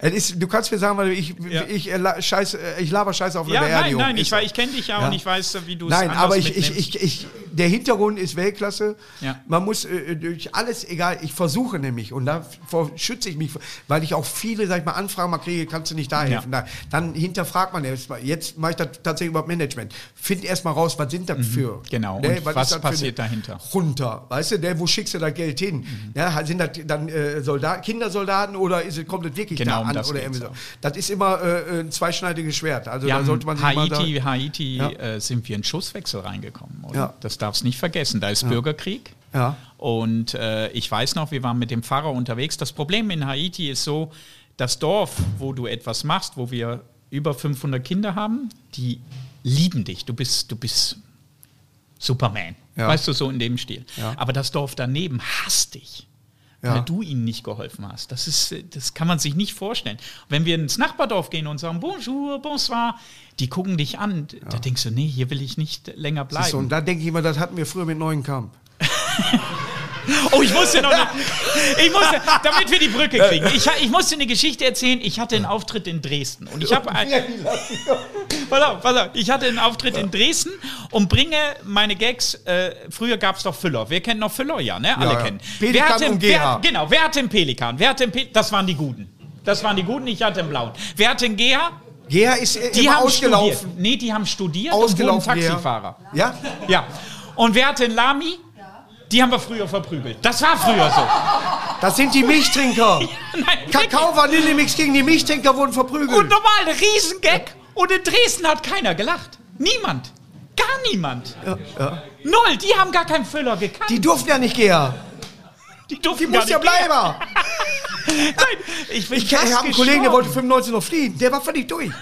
A: es ist, du kannst mir sagen, weil ich,
B: Ja.
A: ich, äh, la- scheiß, äh, ich laber Scheiße auf eine
B: Ja, nein,
A: Beerdigung.
B: nein, ich,
A: Ist-
B: weiß- ich kenne dich ja,
A: Ja.
B: und ich weiß, wie du es
A: Nein,
B: anders
A: aber ich, ich,
B: mitnimmst.
A: ich, ich, der Hintergrund ist Weltklasse.
B: Ja.
A: Man muss äh, durch alles, egal, ich versuche nämlich und davor schütze ich mich, weil ich auch viele, sag ich mal, Anfragen mal kriege, kannst du nicht da helfen. Da, dann hinterfragt man erst mal. Jetzt mache ich das tatsächlich über Management. Find erst mal raus, was sind das für. ne,
B: genau. Und
A: was
B: was
A: ist das für-
B: passiert dahinter? Mhm.
A: Runter. Weißt du, ne, wo schickst du das Geld hin? Ja, sind das dann äh, Soldat, Kindersoldaten oder ist es, kommt es wirklich
B: Genau,
A: da
B: um
A: an?
B: das
A: oder
B: geht's
A: irgendwie so. Das ist immer äh, ein zweischneidiges Schwert. Also
B: Ja,
A: da sollte man sich mal da,
B: Haiti, Haiti
A: Ja.
B: äh, sind wir in Schusswechsel reingekommen. Oder?
A: Ja.
B: Das darfst nicht vergessen. Da ist Bürgerkrieg.
A: Ja.
B: Und äh, ich weiß noch, wir waren mit dem Pfarrer unterwegs. Das Problem in Haiti ist so, das Dorf, wo du etwas machst, wo wir über 500 Kinder haben, die lieben dich. Du bist, du bist Superman.
A: Ja.
B: Weißt du, so in dem Stil.
A: Ja.
B: Aber das Dorf daneben hasst dich.
A: Ja.
B: Weil du ihnen nicht geholfen hast. Das, ist, äh, das kann man sich nicht vorstellen. Wenn wir ins Nachbardorf gehen und sagen Bonjour, bonsoir, die gucken dich an. Da denkst du, nee, hier will ich nicht länger
A: Das ist So, und
B: bleiben.
A: da denke ich immer, das hatten wir früher mit Neuenkamp.
B: Oh, ich musste noch eine, ich musste, damit wir die Brücke kriegen. Ich, ha- ich musste eine Geschichte erzählen. Ich hatte einen Auftritt in Dresden und ich äh, habe ein- pass auf, pass auf. Ich hatte einen Auftritt in Dresden und bringe meine Gags. Äh, früher gab es doch Füller. Wer kennt noch Füller? Ja, ne? Alle
A: Ja, ja.
B: kennen.
A: Pelikan
B: wer hatte,
A: und
B: wer,
A: GH.
B: genau, wer hatte einen Pelikan? Wer hatte einen Pe Das waren die Guten. Das waren die Guten, ich hatte einen blauen. Wer hatte einen GH?
A: Gea ist äh,
B: Die
A: immer
B: haben
A: ausgelaufen.
B: studiert. Nee, die haben studiert
A: Ausgelaufen,
B: und wurden
A: Gea.
B: Taxifahrer.
A: Ja?
B: Ja. Und wer hatte einen Lami? Die haben wir früher verprügelt. Das war früher so.
A: Das sind die Milchtrinker.
B: Nein,
A: Kakao, Vanillemix gegen die Milchtrinker wurden verprügelt.
B: Und normal, ein Riesengag. Und in Dresden hat keiner gelacht. Niemand. Gar niemand. Null. Die haben gar keinen Füller gekannt.
A: die durften ja nicht Gea.
B: die durften
A: Die muss ja
B: nicht
A: bleiben.
B: gehen. Nein, ich bin
A: Ich,
B: fast
A: ich habe einen Kollegen, der wollte
B: gestorben.
A: 95 noch fliehen. Der war völlig durch.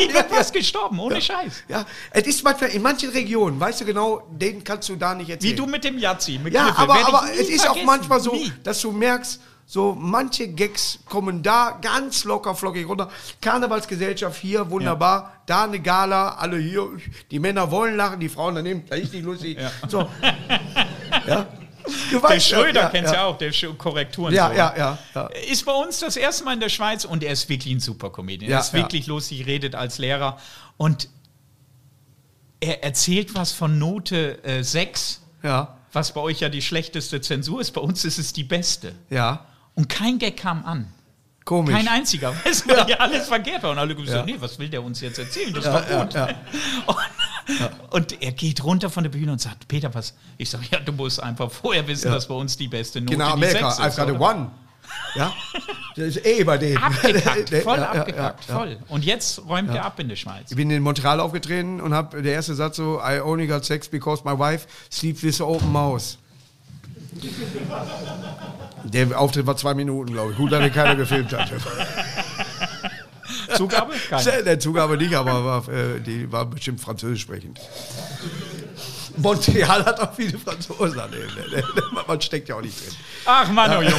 B: Ich bin fast gestorben, ohne Scheiß.
A: ja, es ist manchmal in manchen Regionen, weißt du genau, den kannst du da nicht erzählen.
B: Wie du mit dem Yazzi. Mit
A: ja,
B: Kniffel.
A: aber,
B: Werd ich
A: aber
B: Also, nie
A: es ist auch
B: vergessen.
A: manchmal so,
B: Nie.
A: dass du merkst, so manche Gags kommen da ganz locker flockig runter. Karnevalsgesellschaft hier, wunderbar. Da eine Gala, alle hier. Die Männer wollen lachen, die Frauen daneben, da ist nicht lustig. So. ja. Du
B: Der
A: weißt,
B: Schröder
A: ja,
B: kennt's ja,
A: ja.
B: auch, der Sch- Korrekturen.
A: Ja,
B: so.
A: ja, ja, ja.
B: ist bei uns das erste Mal in der Schweiz und er ist wirklich ein super Comedian.
A: Ja,
B: er ist wirklich lustig, redet als Lehrer und er erzählt was von Note äh, 6,
A: Ja,
B: was bei euch ja die schlechteste Zensur ist. Bei uns ist es die beste.
A: ja.
B: Und kein Gag kam an.
A: Komisch.
B: Kein einziger, weißt du, weil ja alles verkehrt war. Und alle gesagt, nee, was will der uns jetzt erzählen? Das war
A: ja,
B: gut. Und, und er geht runter von der Bühne und sagt, Peter, was? Ich sage, ja, du musst einfach vorher wissen, dass bei uns die beste Note
A: Genau,
B: die
A: Amerika,
B: sechs
A: I've got
B: oder?
A: a one. Ja, das ist eh bei denen.
B: Abgekackt,
A: Ja,
B: voll
A: ja, ja,
B: abgekackt,
A: ja.
B: voll. Und jetzt räumt er ab in der Schweiz.
A: Ich bin in Montreal aufgetreten und habe der erste Satz so, I only got sex because my wife sleeps with an open mouth. Der Auftritt war zwei Minuten, glaube ich. Gut, dass ihn keiner gefilmt hat.
B: Zugabe? Keine.
A: Der Zugabe nicht, aber war, äh, die war bestimmt französisch sprechend. Montreal hat auch viele Franzosen. an dem, ne? Man steckt ja auch nicht drin.
B: Ach Mann, oh Junge.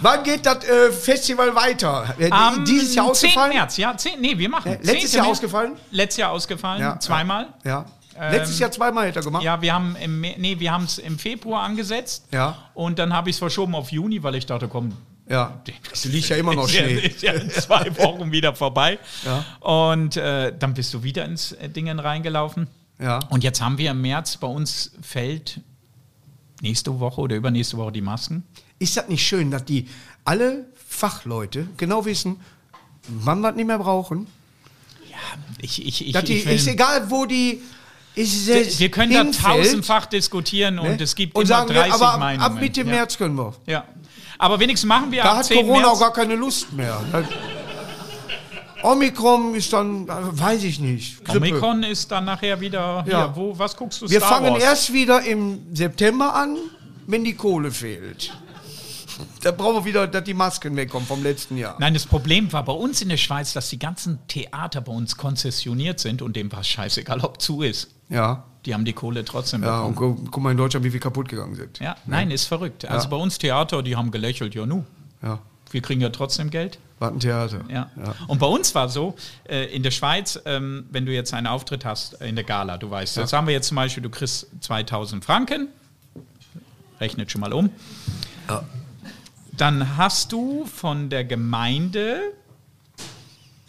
A: Wann geht das äh, Festival weiter? Äh,
B: Am
A: Dieses Jahr
B: 10.
A: ausgefallen?
B: März, ja, 10, nee, wir machen.
A: Äh, letztes
B: 10.
A: Jahr
B: März.
A: ausgefallen?
B: Letztes Jahr ausgefallen,
A: Ja,
B: zweimal.
A: Ja.
B: Ähm,
A: Letztes Jahr zweimal hätte er gemacht.
B: Ja, wir haben im, Me- nee, wir haben es im Februar angesetzt.
A: Ja.
B: Und dann habe ich es verschoben auf Juni, weil ich dachte, komm,
A: Ja. Es liegt ja immer noch
B: ist ja-
A: Schnee.
B: Ist ja in zwei Wochen wieder vorbei.
A: Ja.
B: Und äh, dann bist du wieder ins äh, Dingen reingelaufen.
A: Ja.
B: Und jetzt haben wir im März bei uns fällt nächste Woche oder übernächste Woche die Masken.
A: Ist das nicht schön, dass die alle Fachleute genau wissen, wann wir es nicht mehr brauchen?
B: Ich, ich, ich,
A: Dass die,
B: ich will-
A: ist egal, wo die. Ist es
B: wir können da
A: hinfällt,
B: tausendfach diskutieren
A: ne?
B: und es gibt
A: und
B: immer
A: sagen
B: 30
A: wir, aber ab-
B: Meinungen.
A: ab Mitte
B: ja.
A: März können wir.
B: Ja. Aber wenigstens machen wir
A: Da
B: ab
A: hat
B: 10
A: Corona auch
B: März.
A: gar keine Lust mehr. Das- Omikron ist dann, äh, weiß ich nicht. Grippe.
B: Omikron ist dann nachher wieder hier.
A: Ja.
B: Wo, was guckst du
A: Wir
B: Star
A: fangen
B: Wars?
A: erst wieder im September an, wenn die Kohle fehlt. Da brauchen wir wieder, dass die Masken wegkommen vom letzten Jahr.
B: Nein, das Problem war bei uns in der Schweiz, dass die ganzen Theater bei uns konzessioniert sind und dem war scheißegal, ob zu ist.
A: Ja.
B: Die haben die Kohle trotzdem
A: Ja, und
B: bekommen.
A: gu guck mal in Deutschland, wie viel kaputt gegangen sind.
B: Ja, nein, ist verrückt. Also bei uns Theater, die haben gelächelt, ja nu.
A: Ja.
B: wir kriegen ja trotzdem Geld.
A: War ein Theater.
B: Ja. Und bei uns war so, äh, in der Schweiz, ähm, wenn du jetzt einen Auftritt hast äh, in der Gala, du weißt, jetzt haben wir jetzt zum Beispiel, du kriegst 2000 Franken, rechnet schon mal um,
A: Ja.
B: dann hast du von der Gemeinde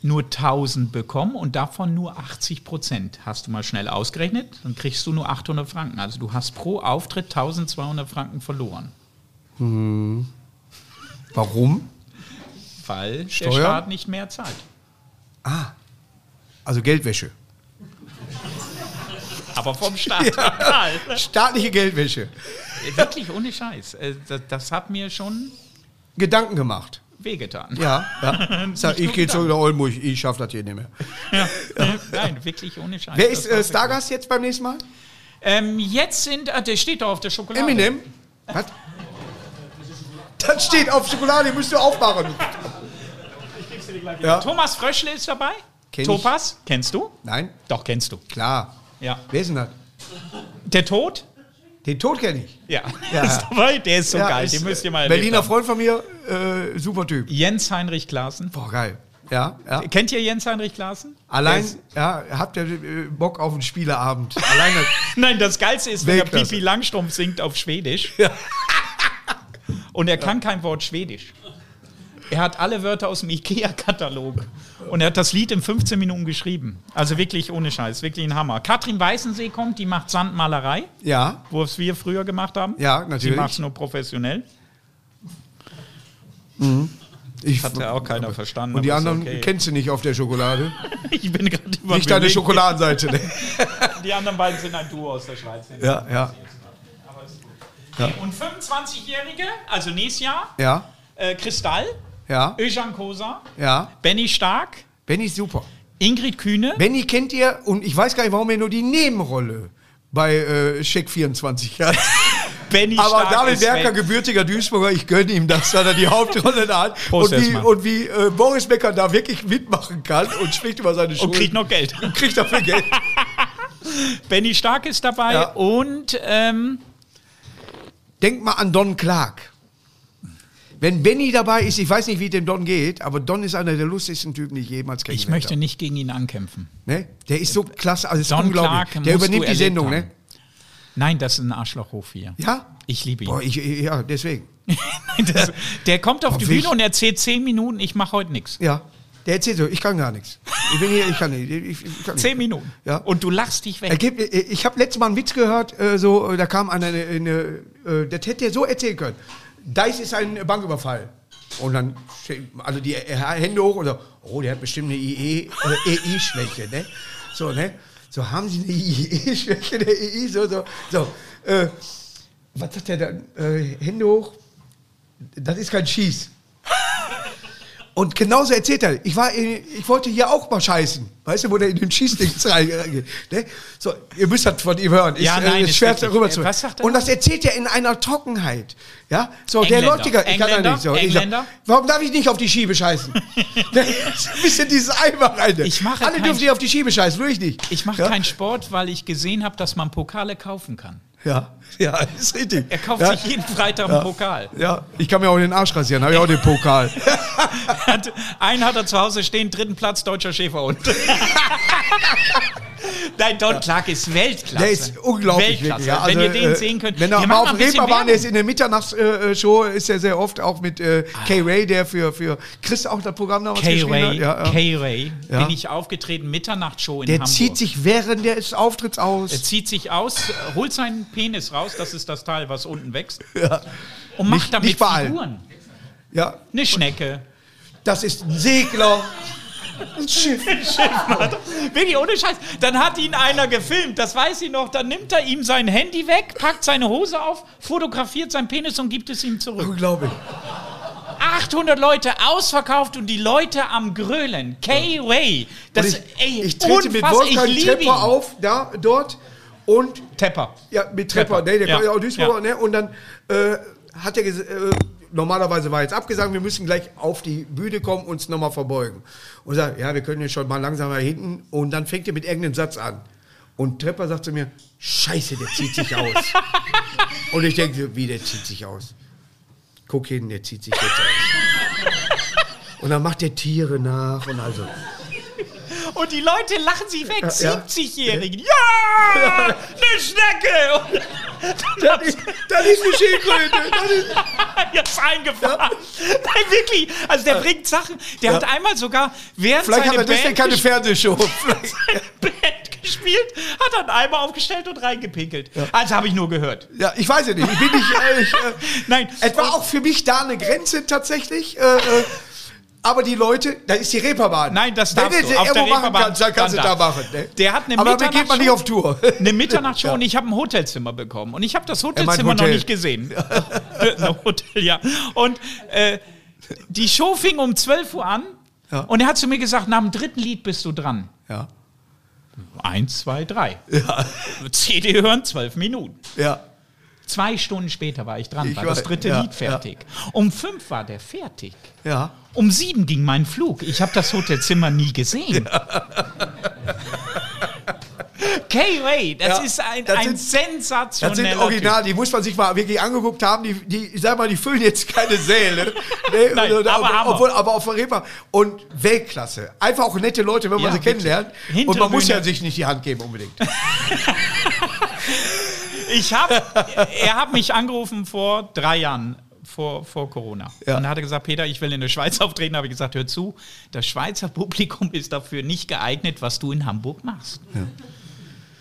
B: nur 1000 bekommen und davon nur 80 Prozent. Hast du mal schnell ausgerechnet, dann kriegst du nur 800 Franken. Also du hast pro Auftritt 1200 Franken verloren.
A: Warum?
B: weil
A: Steuern?
B: der Staat nicht mehr zahlt.
A: Also Geldwäsche.
B: Aber vom Staat total.
A: Staatliche Geldwäsche.
B: Wirklich ohne Scheiß. Äh, Das, das hat mir schon
A: Gedanken gemacht.
B: wehgetan.
A: Ja, ja. Sag, ich gehe zurück nach Oldenburg, ich schaffe das hier nicht mehr.
B: Äh, Nein, wirklich ohne Scheiß.
A: Wer
B: Das
A: ist äh,
B: war wirklich-
A: Stargast jetzt beim nächsten Mal?
B: Ähm, jetzt sind, ah, der steht doch auf der Schokolade.
A: Eminem? Was? Das steht auf Schokolade, musst du aufmachen. Ja.
B: Thomas Fröschle ist dabei.
A: Kenn ich.
B: Topas, kennst du?
A: Nein,
B: Doch, kennst du.
A: klar.
B: Ja.
A: Wer ist denn das?
B: Der Tod?
A: Den Tod kenne ich.
B: Ja.
A: Ja.
B: Ist dabei. Der ist so
A: Ja,
B: geil.
A: ist,
B: Den müsst ihr
A: äh,
B: mal erlebt
A: Berliner
B: haben.
A: Freund von mir, äh, super Typ.
B: Jens Heinrich Klaassen.
A: Boah, geil. Ja, ja.
B: Kennt ihr Jens Heinrich Klaassen?
A: Allein,
B: Der ist-
A: ja, habt ihr äh, Bock auf einen Spieleabend? Alleine.
B: Nein, das Geilste ist, wenn er
A: Weltklasse.
B: Pipi Langstrumpf singt auf Schwedisch. Und er kann kein Wort Schwedisch. Er hat alle Wörter aus dem IKEA-Katalog. Und er hat das Lied in 15 Minuten geschrieben. Also wirklich ohne Scheiß, wirklich ein Hammer. Katrin Weißensee kommt, die macht Sandmalerei,
A: Ja,
B: wo es wir früher gemacht haben.
A: ja,
B: Sie macht es
A: natürlich.
B: nur professionell.
A: Ich,
B: Hat ja auch keiner verstanden.
A: und die
B: aber ist
A: anderen
B: okay.
A: kennst du nicht auf der Schokolade.
B: Ich bin gerade über
A: Nicht deine Schokoladenseite. Ne?
B: Die anderen beiden sind ein Duo aus der Schweiz.
A: Ja, ja,
B: Aber ist gut. Und 25-Jährige, also nächstes Jahr,
A: ja,
B: äh, Kristall,
A: ja,
B: Özcan Kosa,
A: ja.
B: Benny Stark,
A: Benny ist super.
B: Ingrid Kühne.
A: Benny kennt ihr und ich weiß gar nicht, warum er nur die Nebenrolle bei äh, Check 24 hat.
B: Benny
A: Aber David
B: ist
A: Berker,
B: weg.
A: gebürtiger Duisburger, ich gönne ihm das, dass er die Hauptrolle da hat.
B: Prost
A: und wie,
B: erstmal.
A: und wie äh, Boris Becker da wirklich mitmachen kann und spricht über seine Schulden.
B: und kriegt noch Geld.
A: und kriegt dafür Geld.
B: Benny Stark ist dabei
A: Ja.
B: und ähm,
A: Denk mal an Don Clark. Wenn Benny dabei ist, ich weiß nicht, wie es dem Don geht, aber Don ist einer der lustigsten Typen, die ich jemals
B: ich
A: kennengelernt
B: möchte nicht gegen ihn ankämpfen.
A: habe. Ne? Der ist so klasse, also es ist
B: Don
A: unglaublich.
B: Clark
A: der
B: musst
A: übernimmt
B: du
A: die
B: erlebt
A: Sendung,
B: haben.
A: ne?
B: Nein, das ist ein Arschlochhof hier.
A: Ja?
B: Ich liebe ihn.
A: Boah, ich, ja, deswegen.
B: Das, der kommt auf die
A: Boah, wie-
B: Bühne und erzählt zehn Minuten, ich mache heute nichts.
A: Ja. Der erzählt so, ich kann gar nichts. Ich bin hier, ich kann nicht. Ich, ich kann nicht.
B: Zehn Minuten.
A: Ja.
B: Und du lachst dich
A: Er
B: weg.
A: gibt, äh, ich habe letztes Mal einen Witz gehört, äh, so, äh, da kam einer, eine, eine, äh, das hätte er so erzählen können. Dice ist ein Banküberfall. Und dann schicken alle die äh, Hände hoch und so, oh, der hat bestimmt eine IE, äh, EI-Schwäche, ne? So, ne? So, haben Sie eine IE-Schwäche, der EI, E so, so, so. Äh, was sagt der dann? Äh, Hände hoch, das ist kein Schieß. Und genauso erzählt er, ich, war in, ich wollte hier auch mal scheißen. Weißt du, wo der in den Schießdings reingeht? Ne? So, ihr müsst das von ihm hören. Ist,
B: Ja,
A: äh,
B: nein,
A: ist
B: ist
A: schwer
B: wirklich-
A: darüber zu
B: äh, was sagt er
A: Und
B: da?
A: das erzählt er in einer Trockenheit. Ja? So,
B: Engländer.
A: der läuft die ganze- ich kann
B: Engländer,
A: da nicht. So, ich
B: Engländer.
A: Sag, warum darf ich nicht auf die Schiebe scheißen? Das ist ein bisschen dieses Eimer rein.
B: Ich mache
A: Alle
B: kein-
A: dürfen nicht auf die Schiebe scheißen, nur ich nicht.
B: Ich mache
A: ja?
B: keinen Sport, weil ich gesehen habe, dass man Pokale kaufen kann.
A: Ja, ja, ist richtig.
B: Er kauft
A: ja?
B: sich jeden Freitag einen Pokal.
A: Ja, ich kann mir auch den Arsch rasieren, habe ich auch den Pokal.
B: Hat, einen hat er zu Hause stehen, dritten Platz, deutscher Schäferhund. Nein, Don Clark ist Weltklasse.
A: Der ist unglaublich. Wirklich,
B: Weltklasse.
A: ja.
B: wenn ihr
A: Also,
B: den
A: äh,
B: sehen könnt.
A: Wenn
B: wir
A: er
B: machen
A: mal auf
B: ein
A: dem
B: bisschen
A: Reeperbahn
B: Werbung.
A: ist, in der Mitternachtsshow ist er sehr oft auch mit äh,
B: Ah.
A: Kay Ray, der für, für Chris auch das Programm damals geschrieben hat.
B: K-Ray,
A: Ja, ja.
B: K-Ray,
A: Ja.
B: bin ich aufgetreten, Mitternachtsshow in
A: Der
B: Hamburg.
A: zieht sich während des Auftritts
B: er
A: aus.
B: zieht sich aus, äh, holt seinen Penis raus, das ist das Teil, was unten wächst. Und macht
A: Nicht-
B: damit
A: nicht bei allen.
B: Figuren.
A: Ja,
B: Eine Schnecke.
A: das ist ein Segler. Ein Schiff.
B: Wirklich ohne Scheiß. Dann hat ihn einer gefilmt, das weiß ich noch. Dann nimmt er ihm sein Handy weg, packt seine Hose auf, fotografiert seinen Penis und gibt es ihm zurück.
A: Unglaublich.
B: 800 Leute ausverkauft und die Leute am Grölen. K-Way. Das
A: Und
B: ey,
A: ich trete mit
B: unfassbar.
A: Wolfgang
B: ich liebe ihn.
A: Trepper auf, da, dort. Und
B: Tepper.
A: Ja, mit Trepper,
B: Trepper,
A: ne, der
B: ja.
A: kommt ja auch Duisburger,
B: Ja.
A: ne? Und dann äh, hat er ges- äh, normalerweise war jetzt abgesagt, wir müssen gleich auf die Bühne kommen, uns nochmal verbeugen. Und sagt, ja, wir können jetzt schon mal langsam nach hinten. Und dann fängt er mit irgendeinem Satz an. Und Trepper sagt zu mir, Scheiße, der zieht sich aus. Und ich denke, wie, der zieht sich aus? Guck hin, der zieht sich jetzt aus. Und dann macht der Tiere nach und also.
B: Und die Leute lachen sich weg.
A: Ja, ja.
B: 70-Jährigen. Ja! Eine Schnecke! Und dann
A: Das ist, das ist eine Schildkröte. Das ist,
B: jetzt eingefahren. Nein, wirklich. Also der bringt Sachen. Der hat einmal sogar während
A: vielleicht hat
B: seine
A: er deswegen
B: Band,
A: keine Fernsehshow. Vielleicht-
B: seine Band gespielt, hat er einen Eimer aufgestellt und reingepinkelt. Also habe ich nur gehört.
A: Ja, ich weiß es nicht. Ich bin nicht. Äh, ich, äh,
B: Nein.
A: Es war auch für mich da eine Grenze tatsächlich. Äh, äh, aber die Leute, da ist die Reeperbahn.
B: Nein, das
A: Wenn
B: darfst
A: du
B: du.
A: sie
B: Auf
A: irgendwo
B: der
A: machen
B: Reeperbahn
A: kannst, dann kannst du
B: dann
A: da
B: darf.
A: machen. Ne?
B: Der hat eine
A: aber mir geht man
B: Mitternachtshow.
A: nicht auf Tour.
B: Eine Mitternachtsshow und ich habe ein Hotelzimmer bekommen. Und ich habe das
A: meint
B: Hotelzimmer noch
A: Hotel.
B: nicht gesehen. Ein Hotel, ja. Und äh, die Show fing um 12 Uhr an.
A: Ja.
B: Und er hat zu mir gesagt, nach dem dritten Lied bist du dran.
A: Ja,
B: Eins, zwei, drei. CD hören, zwölf Minuten.
A: ja.
B: Zwei Stunden später war ich dran,
A: Ich
B: war das
A: weiß,
B: dritte
A: ja,
B: Lied fertig. Um fünf war der fertig.
A: Ja.
B: Um sieben ging mein Flug. Ich habe das Hotelzimmer nie gesehen. K-Way, das
A: Ja,
B: ist ein,
A: das
B: ein
A: sind-
B: sensationeller
A: Das sind Original, die muss man sich mal wirklich angeguckt haben. Die, die ich sag mal, die füllen jetzt keine Säle. Nee,
B: Nein,
A: und- und-
B: aber Hammer.
A: obwohl, aber auf der Reeperbahn. Und Weltklasse. Einfach auch nette Leute, wenn
B: Ja,
A: man sie
B: wirklich.
A: kennenlernt. und
B: Hintere
A: man muss ja
B: Bühne.
A: sich nicht die Hand geben unbedingt.
B: Typ. Ich hab, er hat mich angerufen vor drei Jahren. Vor, vor Corona.
A: Ja.
B: Und hat er gesagt, Peter, ich will in der Schweiz auftreten. habe ich gesagt, hör zu, das Schweizer Publikum ist dafür nicht geeignet, was du in Hamburg machst.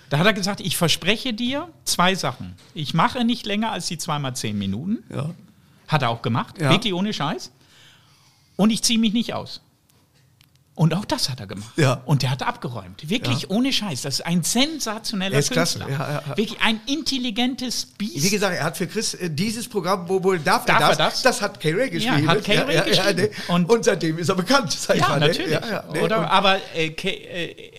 B: Da hat er gesagt, ich verspreche dir zwei Sachen. Ich mache nicht länger als die zweimal zehn Minuten.
A: Ja.
B: Hat er auch gemacht,
A: Ja.
B: wirklich ohne Scheiß. Und ich ziehe mich nicht aus. Und auch das hat er gemacht.
A: Ja.
B: Und der hat abgeräumt. Wirklich ohne Scheiß. Das ist ein sensationeller
A: Er ist klasse.
B: Künstler.
A: Ja, ja, ja.
B: Wirklich ein intelligentes Biest.
A: Wie gesagt, er hat für Chris äh, dieses Programm, wo wohl darf,
B: Darf
A: er,
B: er
A: das,
B: das?
A: Das hat K-Ray geschrieben.
B: hat Kay Ray geschrieben.
A: ne. Und,
B: Und-
A: seitdem ist er bekannt. Sag ich
B: ja,
A: mal, ne?
B: natürlich.
A: Ja, ja, ne?
B: Oder,
A: Und,
B: aber äh, Ke- äh,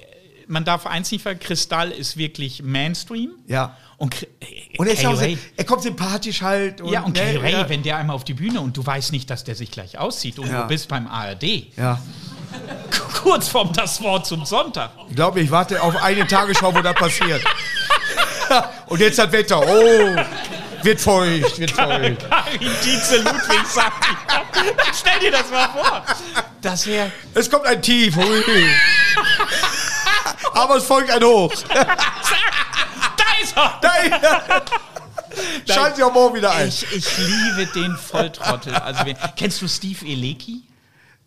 B: man darf eins nicht ver- Kristall ist wirklich Mainstream.
A: ja.
B: Und, Kri- äh,
A: Und er, ist ja auch,
B: Kay Ray-
A: sehr- er kommt sympathisch halt. Und,
B: Ja, und
A: ne,
B: Kay Ray,
A: ja.
B: wenn der einmal auf die Bühne und du weißt nicht, dass der sich gleich auszieht und
A: Ja.
B: du bist beim ARD.
A: ja.
B: Kurz vorm das Wort zum Sonntag.
A: Ich glaube, ich warte auf eine Tagesschau, wo das passiert. und jetzt das Wetter. Oh, wird feucht, wird feucht.
B: Karin Dietze Ludwig sagt die. Stell dir das mal vor. Das wäre.
A: Es kommt ein Tief. Hui. Aber es folgt ein Hoch.
B: Da ist er!
A: Schalten Sie auch morgen wieder ein.
B: Ich, ich liebe den Volltrottel. Also, wen- kennst du Steve Elecki?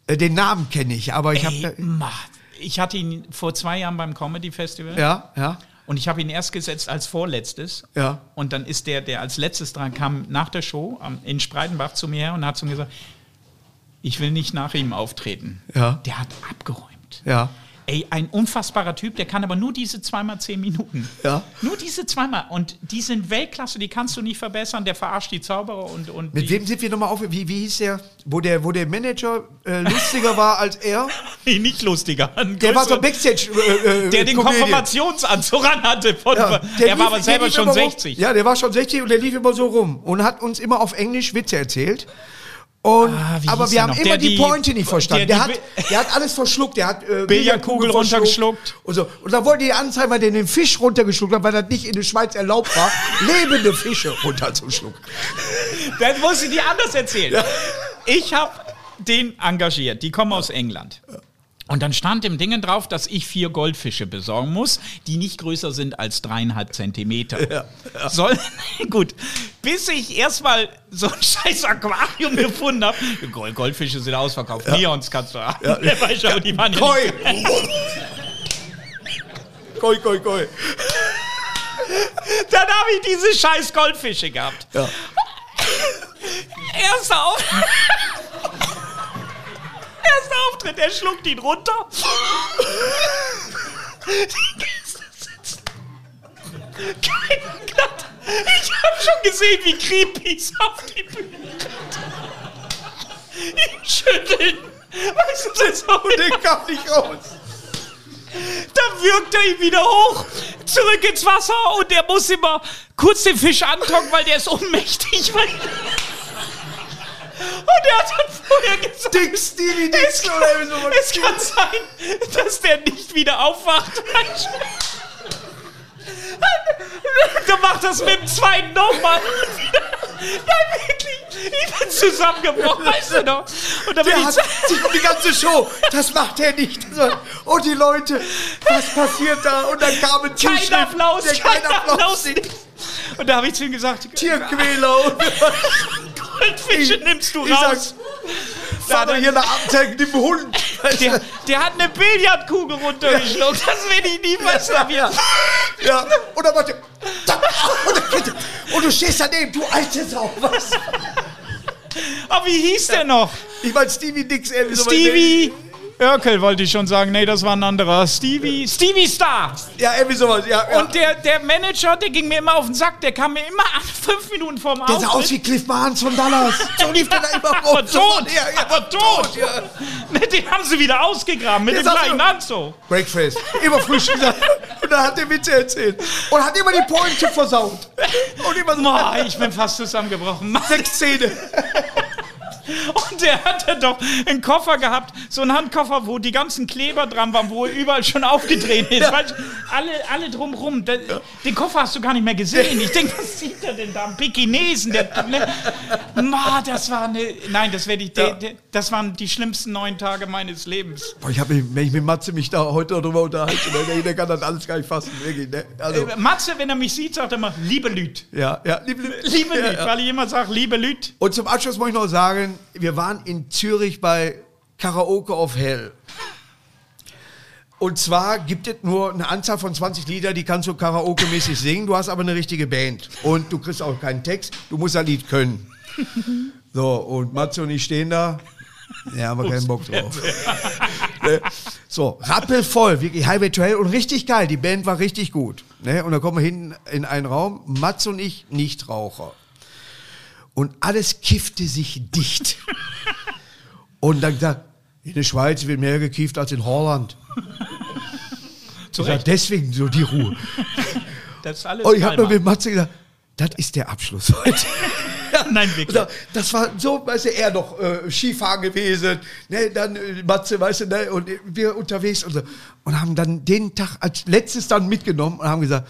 A: Äh, Den Namen kenne ich, aber ich
B: Ey,
A: habe.
B: Mann. Ich hatte ihn vor zwei Jahren beim Comedy Festival
A: Ja, ja.
B: und ich habe ihn erst gesetzt als vorletztes.
A: Ja.
B: Und dann ist der, der als letztes dran kam, nach der Show am- in Spreitenbach zu mir her und hat zu mir gesagt: Ich will nicht nach ihm auftreten.
A: Ja.
B: Der hat abgeräumt.
A: Ja.
B: Ey, ein unfassbarer Typ, der kann aber nur diese zweimal zehn Minuten.
A: Ja.
B: Nur diese zweimal. Und die sind Weltklasse, die kannst du nicht verbessern. Der verarscht die Zauberer und. und
A: Mit
B: die,
A: wem sind wir nochmal auf? Wie, wie hieß der? Wo der, wo der Manager äh, lustiger war als er?
B: Nee, nicht lustiger. Ein
A: Der war
B: größerer-
A: so Backstage. Äh, äh,
B: der den
A: Comedian.
B: Konfirmationsanzug an hatte. Von,
A: Ja,
B: der
A: lief-
B: war aber selber
A: lief
B: schon
A: immer rum.
B: 60.
A: Ja, der war schon 60 und der lief immer so rum und hat uns immer auf Englisch Witze erzählt. Und,
B: Ah, wie
A: aber
B: hieß
A: wir
B: der
A: haben
B: noch?
A: immer
B: Der
A: die
B: die-
A: Pointe nicht verstanden. Der,
B: der die
A: hat, der hat alles verschluckt. Der hat äh,
B: Billardkugel runtergeschluckt.
A: Und, so. und da wollte die anzeigen, weil der den Fisch runtergeschluckt hat, weil das nicht in der Schweiz erlaubt war, lebende Fische runterzuschlucken.
B: Dann muss ich dir anders erzählen. Ich habe den engagiert. Die kommen aus England. Und dann stand im Dingen drauf, dass ich vier Goldfische besorgen muss, die nicht größer sind als dreieinhalb Zentimeter. Soll, gut, bis ich erstmal so ein scheiß Aquarium gefunden habe. Gold, Goldfische sind ausverkauft. Neons kannst du haben. Der weiß aber, die waren ja nicht
A: Koi! koi, koi, koi.
B: Dann habe ich diese scheiß Goldfische gehabt.
A: Ja.
B: Erster Auftritt. Erster Auftritt, er schluckt ihn runter. Die Gäste sitzen. Kein Blatt. Ich habe schon gesehen, wie Creepies auf die Bühne kommt. Ihn schütteln. Weißt du, das ist auch
A: Der kam nicht raus.
B: dann wirkt er ihn wieder hoch, zurück ins Wasser und er muss immer kurz den Fisch antocken, weil der ist ohnmächtig. Weil und er hat dann vorher gesagt,
A: Dick Stevie Dix oder irgendwie sowas.
B: es kann sein, dass der nicht wieder aufwacht. Dann macht das mit dem zweiten nochmal. Nein, wirklich. Ich bin zusammengebrochen, weißt du noch? Und dann bin
A: Der
B: ich
A: hat
B: zu-
A: sich um die ganze Show. Das macht er nicht. Das war- Und die Leute, was passiert da? Und dann kamen
B: kein Applaus,
A: der
B: kein Applaus.
A: den
B: nicht. Und da habe ich zu ihm gesagt,
A: Tierquäler. Und
B: Goldfische Halt, nimmst du
A: ich sag,
B: raus.
A: fahr doch hier nach Abteilung, nimm Hund. Weißt
B: Der,
A: du?
B: der hat eine Billardkugel runtergeschluckt. Das will ich nie besser
A: ja. ja. Und dann macht er. zack, Und, dann geht er. und du stehst daneben, du alte Sau. Was?
B: Aber wie hieß der noch?
A: Ich meine, Stevie Nicks. Irgendwie so-
B: Stevie. Urkel wollte ich schon sagen. Nee, das war ein anderer. Stevie. Stevie Star.
A: Ja, irgendwie sowas. Ja, ja.
B: Und der, der Manager, der ging mir immer auf den Sack. Der kam mir immer an, fünf Minuten vorm
A: Der sah aus
B: Auftritt.
A: wie Cliff Barnes von Dallas. So lief der da immer rum.
B: Aber tot,
A: Ja, ja,
B: aber tot. Den haben sie wieder ausgegraben mit
A: Der
B: dem
A: saß
B: gleichen
A: so-
B: Anzug.
A: Breakfast. Immer Frühstück gesagt. Und dann hat der Witze erzählt. Und hat immer die Pointe versaut. Und immer so
B: Boah, ich bin fast zusammengebrochen. Mann.
A: sechs Szene.
B: Und der hatte doch einen Koffer gehabt, so einen Handkoffer, wo die ganzen Kleber dran waren, wo er überall schon aufgedreht ist. Weißt du, alle, alle drumrum. Da, Den Koffer hast du gar nicht mehr gesehen. Ich denke, was sieht er denn da? Ein Pekinesen. Der, Ma, das war eine. Nein, das, werd ich, der- der- das waren die schlimmsten neun Tage meines Lebens.
A: Boah, ich hab mich, wenn ich mit Matze mich da heute noch drüber unterhalte, ne, der kann das alles gar nicht fassen. Wirklich, ne? Also,
B: Äh, Matze, wenn er mich sieht, sagt er immer, liebe Lüt.
A: ja, ja. Liebe, liebe,
B: Liebe
A: ja,
B: Lüt,
A: ja.
B: weil ich immer sage, liebe Lüt.
A: Und zum Abschluss muss ich noch sagen, wir waren in Zürich bei Karaoke of Hell. Und zwar gibt es nur eine Anzahl von 20 Lieder, die kannst du karaoke-mäßig singen. Du hast aber eine richtige Band. Und du kriegst auch keinen Text. Du musst ein Lied können. So, und Matze und ich stehen da. Ja, haben wir keinen Bock drauf. Ne? so, rappelvoll, wirklich Highway to Hell und richtig geil. Die Band war richtig gut. Ne? Und dann kommen wir hinten in einen Raum. Matze und ich, Nichtraucher und alles kiffte sich dicht. und dann gesagt, in der Schweiz wird mehr gekifft als in Holland.
B: Zu
A: Ich sag,
B: Recht.
A: deswegen so die Ruhe.
B: Das ist alles
A: Und Oh, ich habe
B: Palmer.
A: nur mit Matze gesagt, das ist der Abschluss heute.
B: Nein,
A: Und
B: wirklich.
A: da- Also, Das war so, weißt du, er noch äh, Skifahren gewesen, ne, dann äh, Matze, weißt du, ne, und wir unterwegs und so. Und haben dann den Tag als letztes dann mitgenommen und haben gesagt,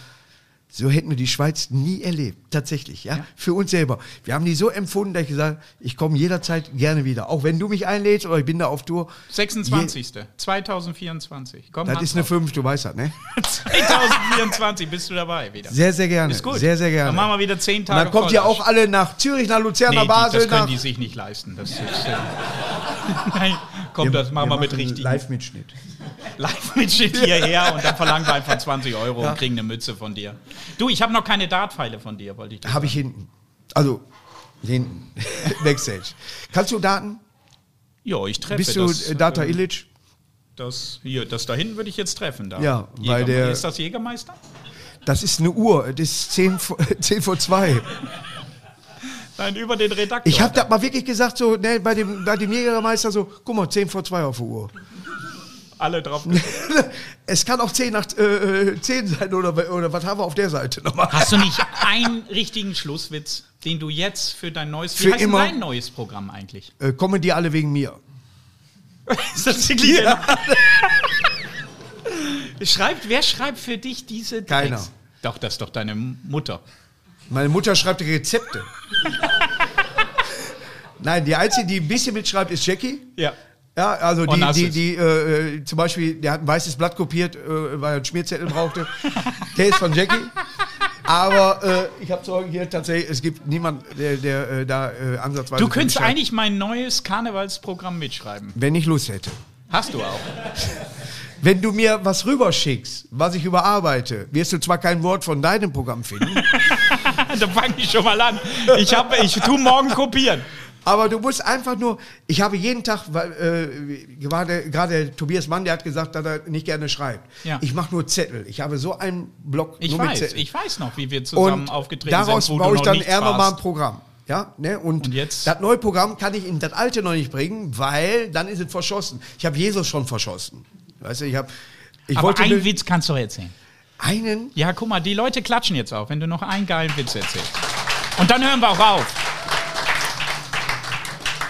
A: so hätten wir die Schweiz nie erlebt, tatsächlich, ja, für uns selber. Wir haben die so empfunden, dass ich gesagt ich komme jederzeit gerne wieder, auch wenn du mich einlädst oder ich bin da auf Tour.
B: 26. 2024. Komm,
A: Das
B: Hand
A: ist eine
B: drauf.
A: 5, du weißt das, ne?
B: 2024 bist du dabei wieder.
A: Sehr, sehr gerne.
B: Ist gut.
A: Sehr, sehr gerne.
B: Dann machen wir wieder 10
A: Und
B: Tage.
A: dann kommt
B: voll.
A: ihr auch alle nach Zürich, nach Luzern,
B: nee,
A: nach
B: die,
A: Basel,
B: Das können
A: nach.
B: die sich nicht leisten. Das ist, äh, Nein, komm, das machen wir, mit
A: einen
B: richtig.
A: Live-Mitschnitt.
B: Live mit Shit hierher und dann verlangen wir einfach 20 Euro und kriegen eine Mütze von dir. Du, ich habe noch keine Dartpfeile von dir, wollte ich. dir-
A: Habe ich hinten. Also, hinten. Backstage. Kannst du Daten?
B: Jo, ich treffe
A: Bist du
B: das.
A: äh, Data
B: äh,
A: Illich?
B: das, hier, das da hinten würde ich jetzt treffen. Da.
A: Ja, weil
B: Jägermeister.
A: der-
B: Ist das Jägermeister?
A: Das ist eine Uhr. Das ist 10 vor, 10 vor 2.
B: Nein, über den Redakteur.
A: Ich habe das mal wirklich gesagt, so ne, bei, dem, bei dem Jägermeister so, guck mal, 10 vor 2 auf der Uhr.
B: Alle drauf.
A: es kann auch 10 nach äh, äh, 10 sein oder, oder was haben wir auf der Seite nochmal?
B: Hast du nicht einen richtigen Schlusswitz, den du jetzt für dein neues
A: Für
B: wie heißt denn
A: immer.
B: dein neues Programm eigentlich?
A: Äh, kommen die alle wegen mir?
B: Ist das wirklich schreibt, wer schreibt für dich diese
A: Keiner.
B: Tricks? Doch, das ist doch deine Mutter.
A: Meine Mutter schreibt Rezepte. Nein, die Einzige, die ein bisschen mitschreibt, ist Jackie.
B: Ja.
A: Ja, also die,
B: Onassis.
A: die, die äh, äh, zum Beispiel, der hat ein weißes Blatt kopiert, äh, weil er einen Schmierzettel brauchte. der ist von Jackie. Aber äh, ich habe Sorgen hier tatsächlich, es gibt niemanden, der, der äh, da äh, ansatzweise.
B: Du könntest
A: mitschreibt,
B: eigentlich mein neues Karnevalsprogramm mitschreiben.
A: Wenn ich Lust hätte.
B: Hast du auch.
A: Wenn du mir was rüberschickst, was ich überarbeite, wirst du zwar kein Wort von deinem Programm finden,
B: Da fange ich schon mal an. Ich, hab, ich tu morgen kopieren.
A: aber du musst einfach nur. Ich habe jeden Tag, weil, äh, gerade, gerade Tobias Mann, der hat gesagt, dass er nicht gerne schreibt.
B: Ja.
A: Ich mache nur Zettel. Ich habe so einen Block
B: Ich
A: nur mit
B: weiß,
A: Zetteln.
B: ich weiß noch, wie wir zusammen
A: und
B: aufgetreten
A: daraus
B: sind. wo du
A: baue ich
B: noch
A: dann
B: nicht
A: eher nochmal ein
B: warst.
A: Programm. Ja, ne? und,
B: Und jetzt?
A: das neue Programm kann ich in das alte noch nicht bringen, weil dann ist es verschossen. Ich habe Jesus schon verschossen. Weißt du, ich habe. Ich
B: Aber
A: wollte
B: einen
A: einen,
B: Witz kannst du erzählen.
A: einen.
B: Ja, guck mal, die Leute klatschen jetzt auch, wenn du noch einen geilen Witz erzählst. Und dann hören wir auch auf.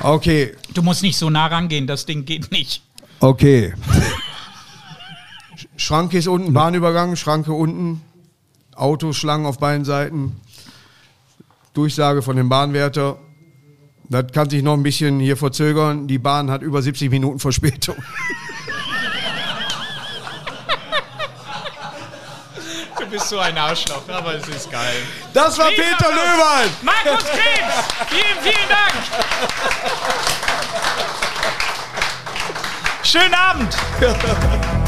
A: Okay,
B: Du musst nicht so nah rangehen, das Ding geht nicht.
A: okay. Sch- Schrank ist unten, Bahnübergang, Schranke unten. Autoschlangen auf beiden Seiten. Durchsage von dem Bahnwärter. Das kann sich noch ein bisschen hier verzögern. Die Bahn hat über 70 Minuten Verspätung.
B: Du bist so ein Arschloch, aber es ist geil.
A: Das war Peter Löwald.
B: Markus Krebs, vielen, vielen Dank. Schönen Abend.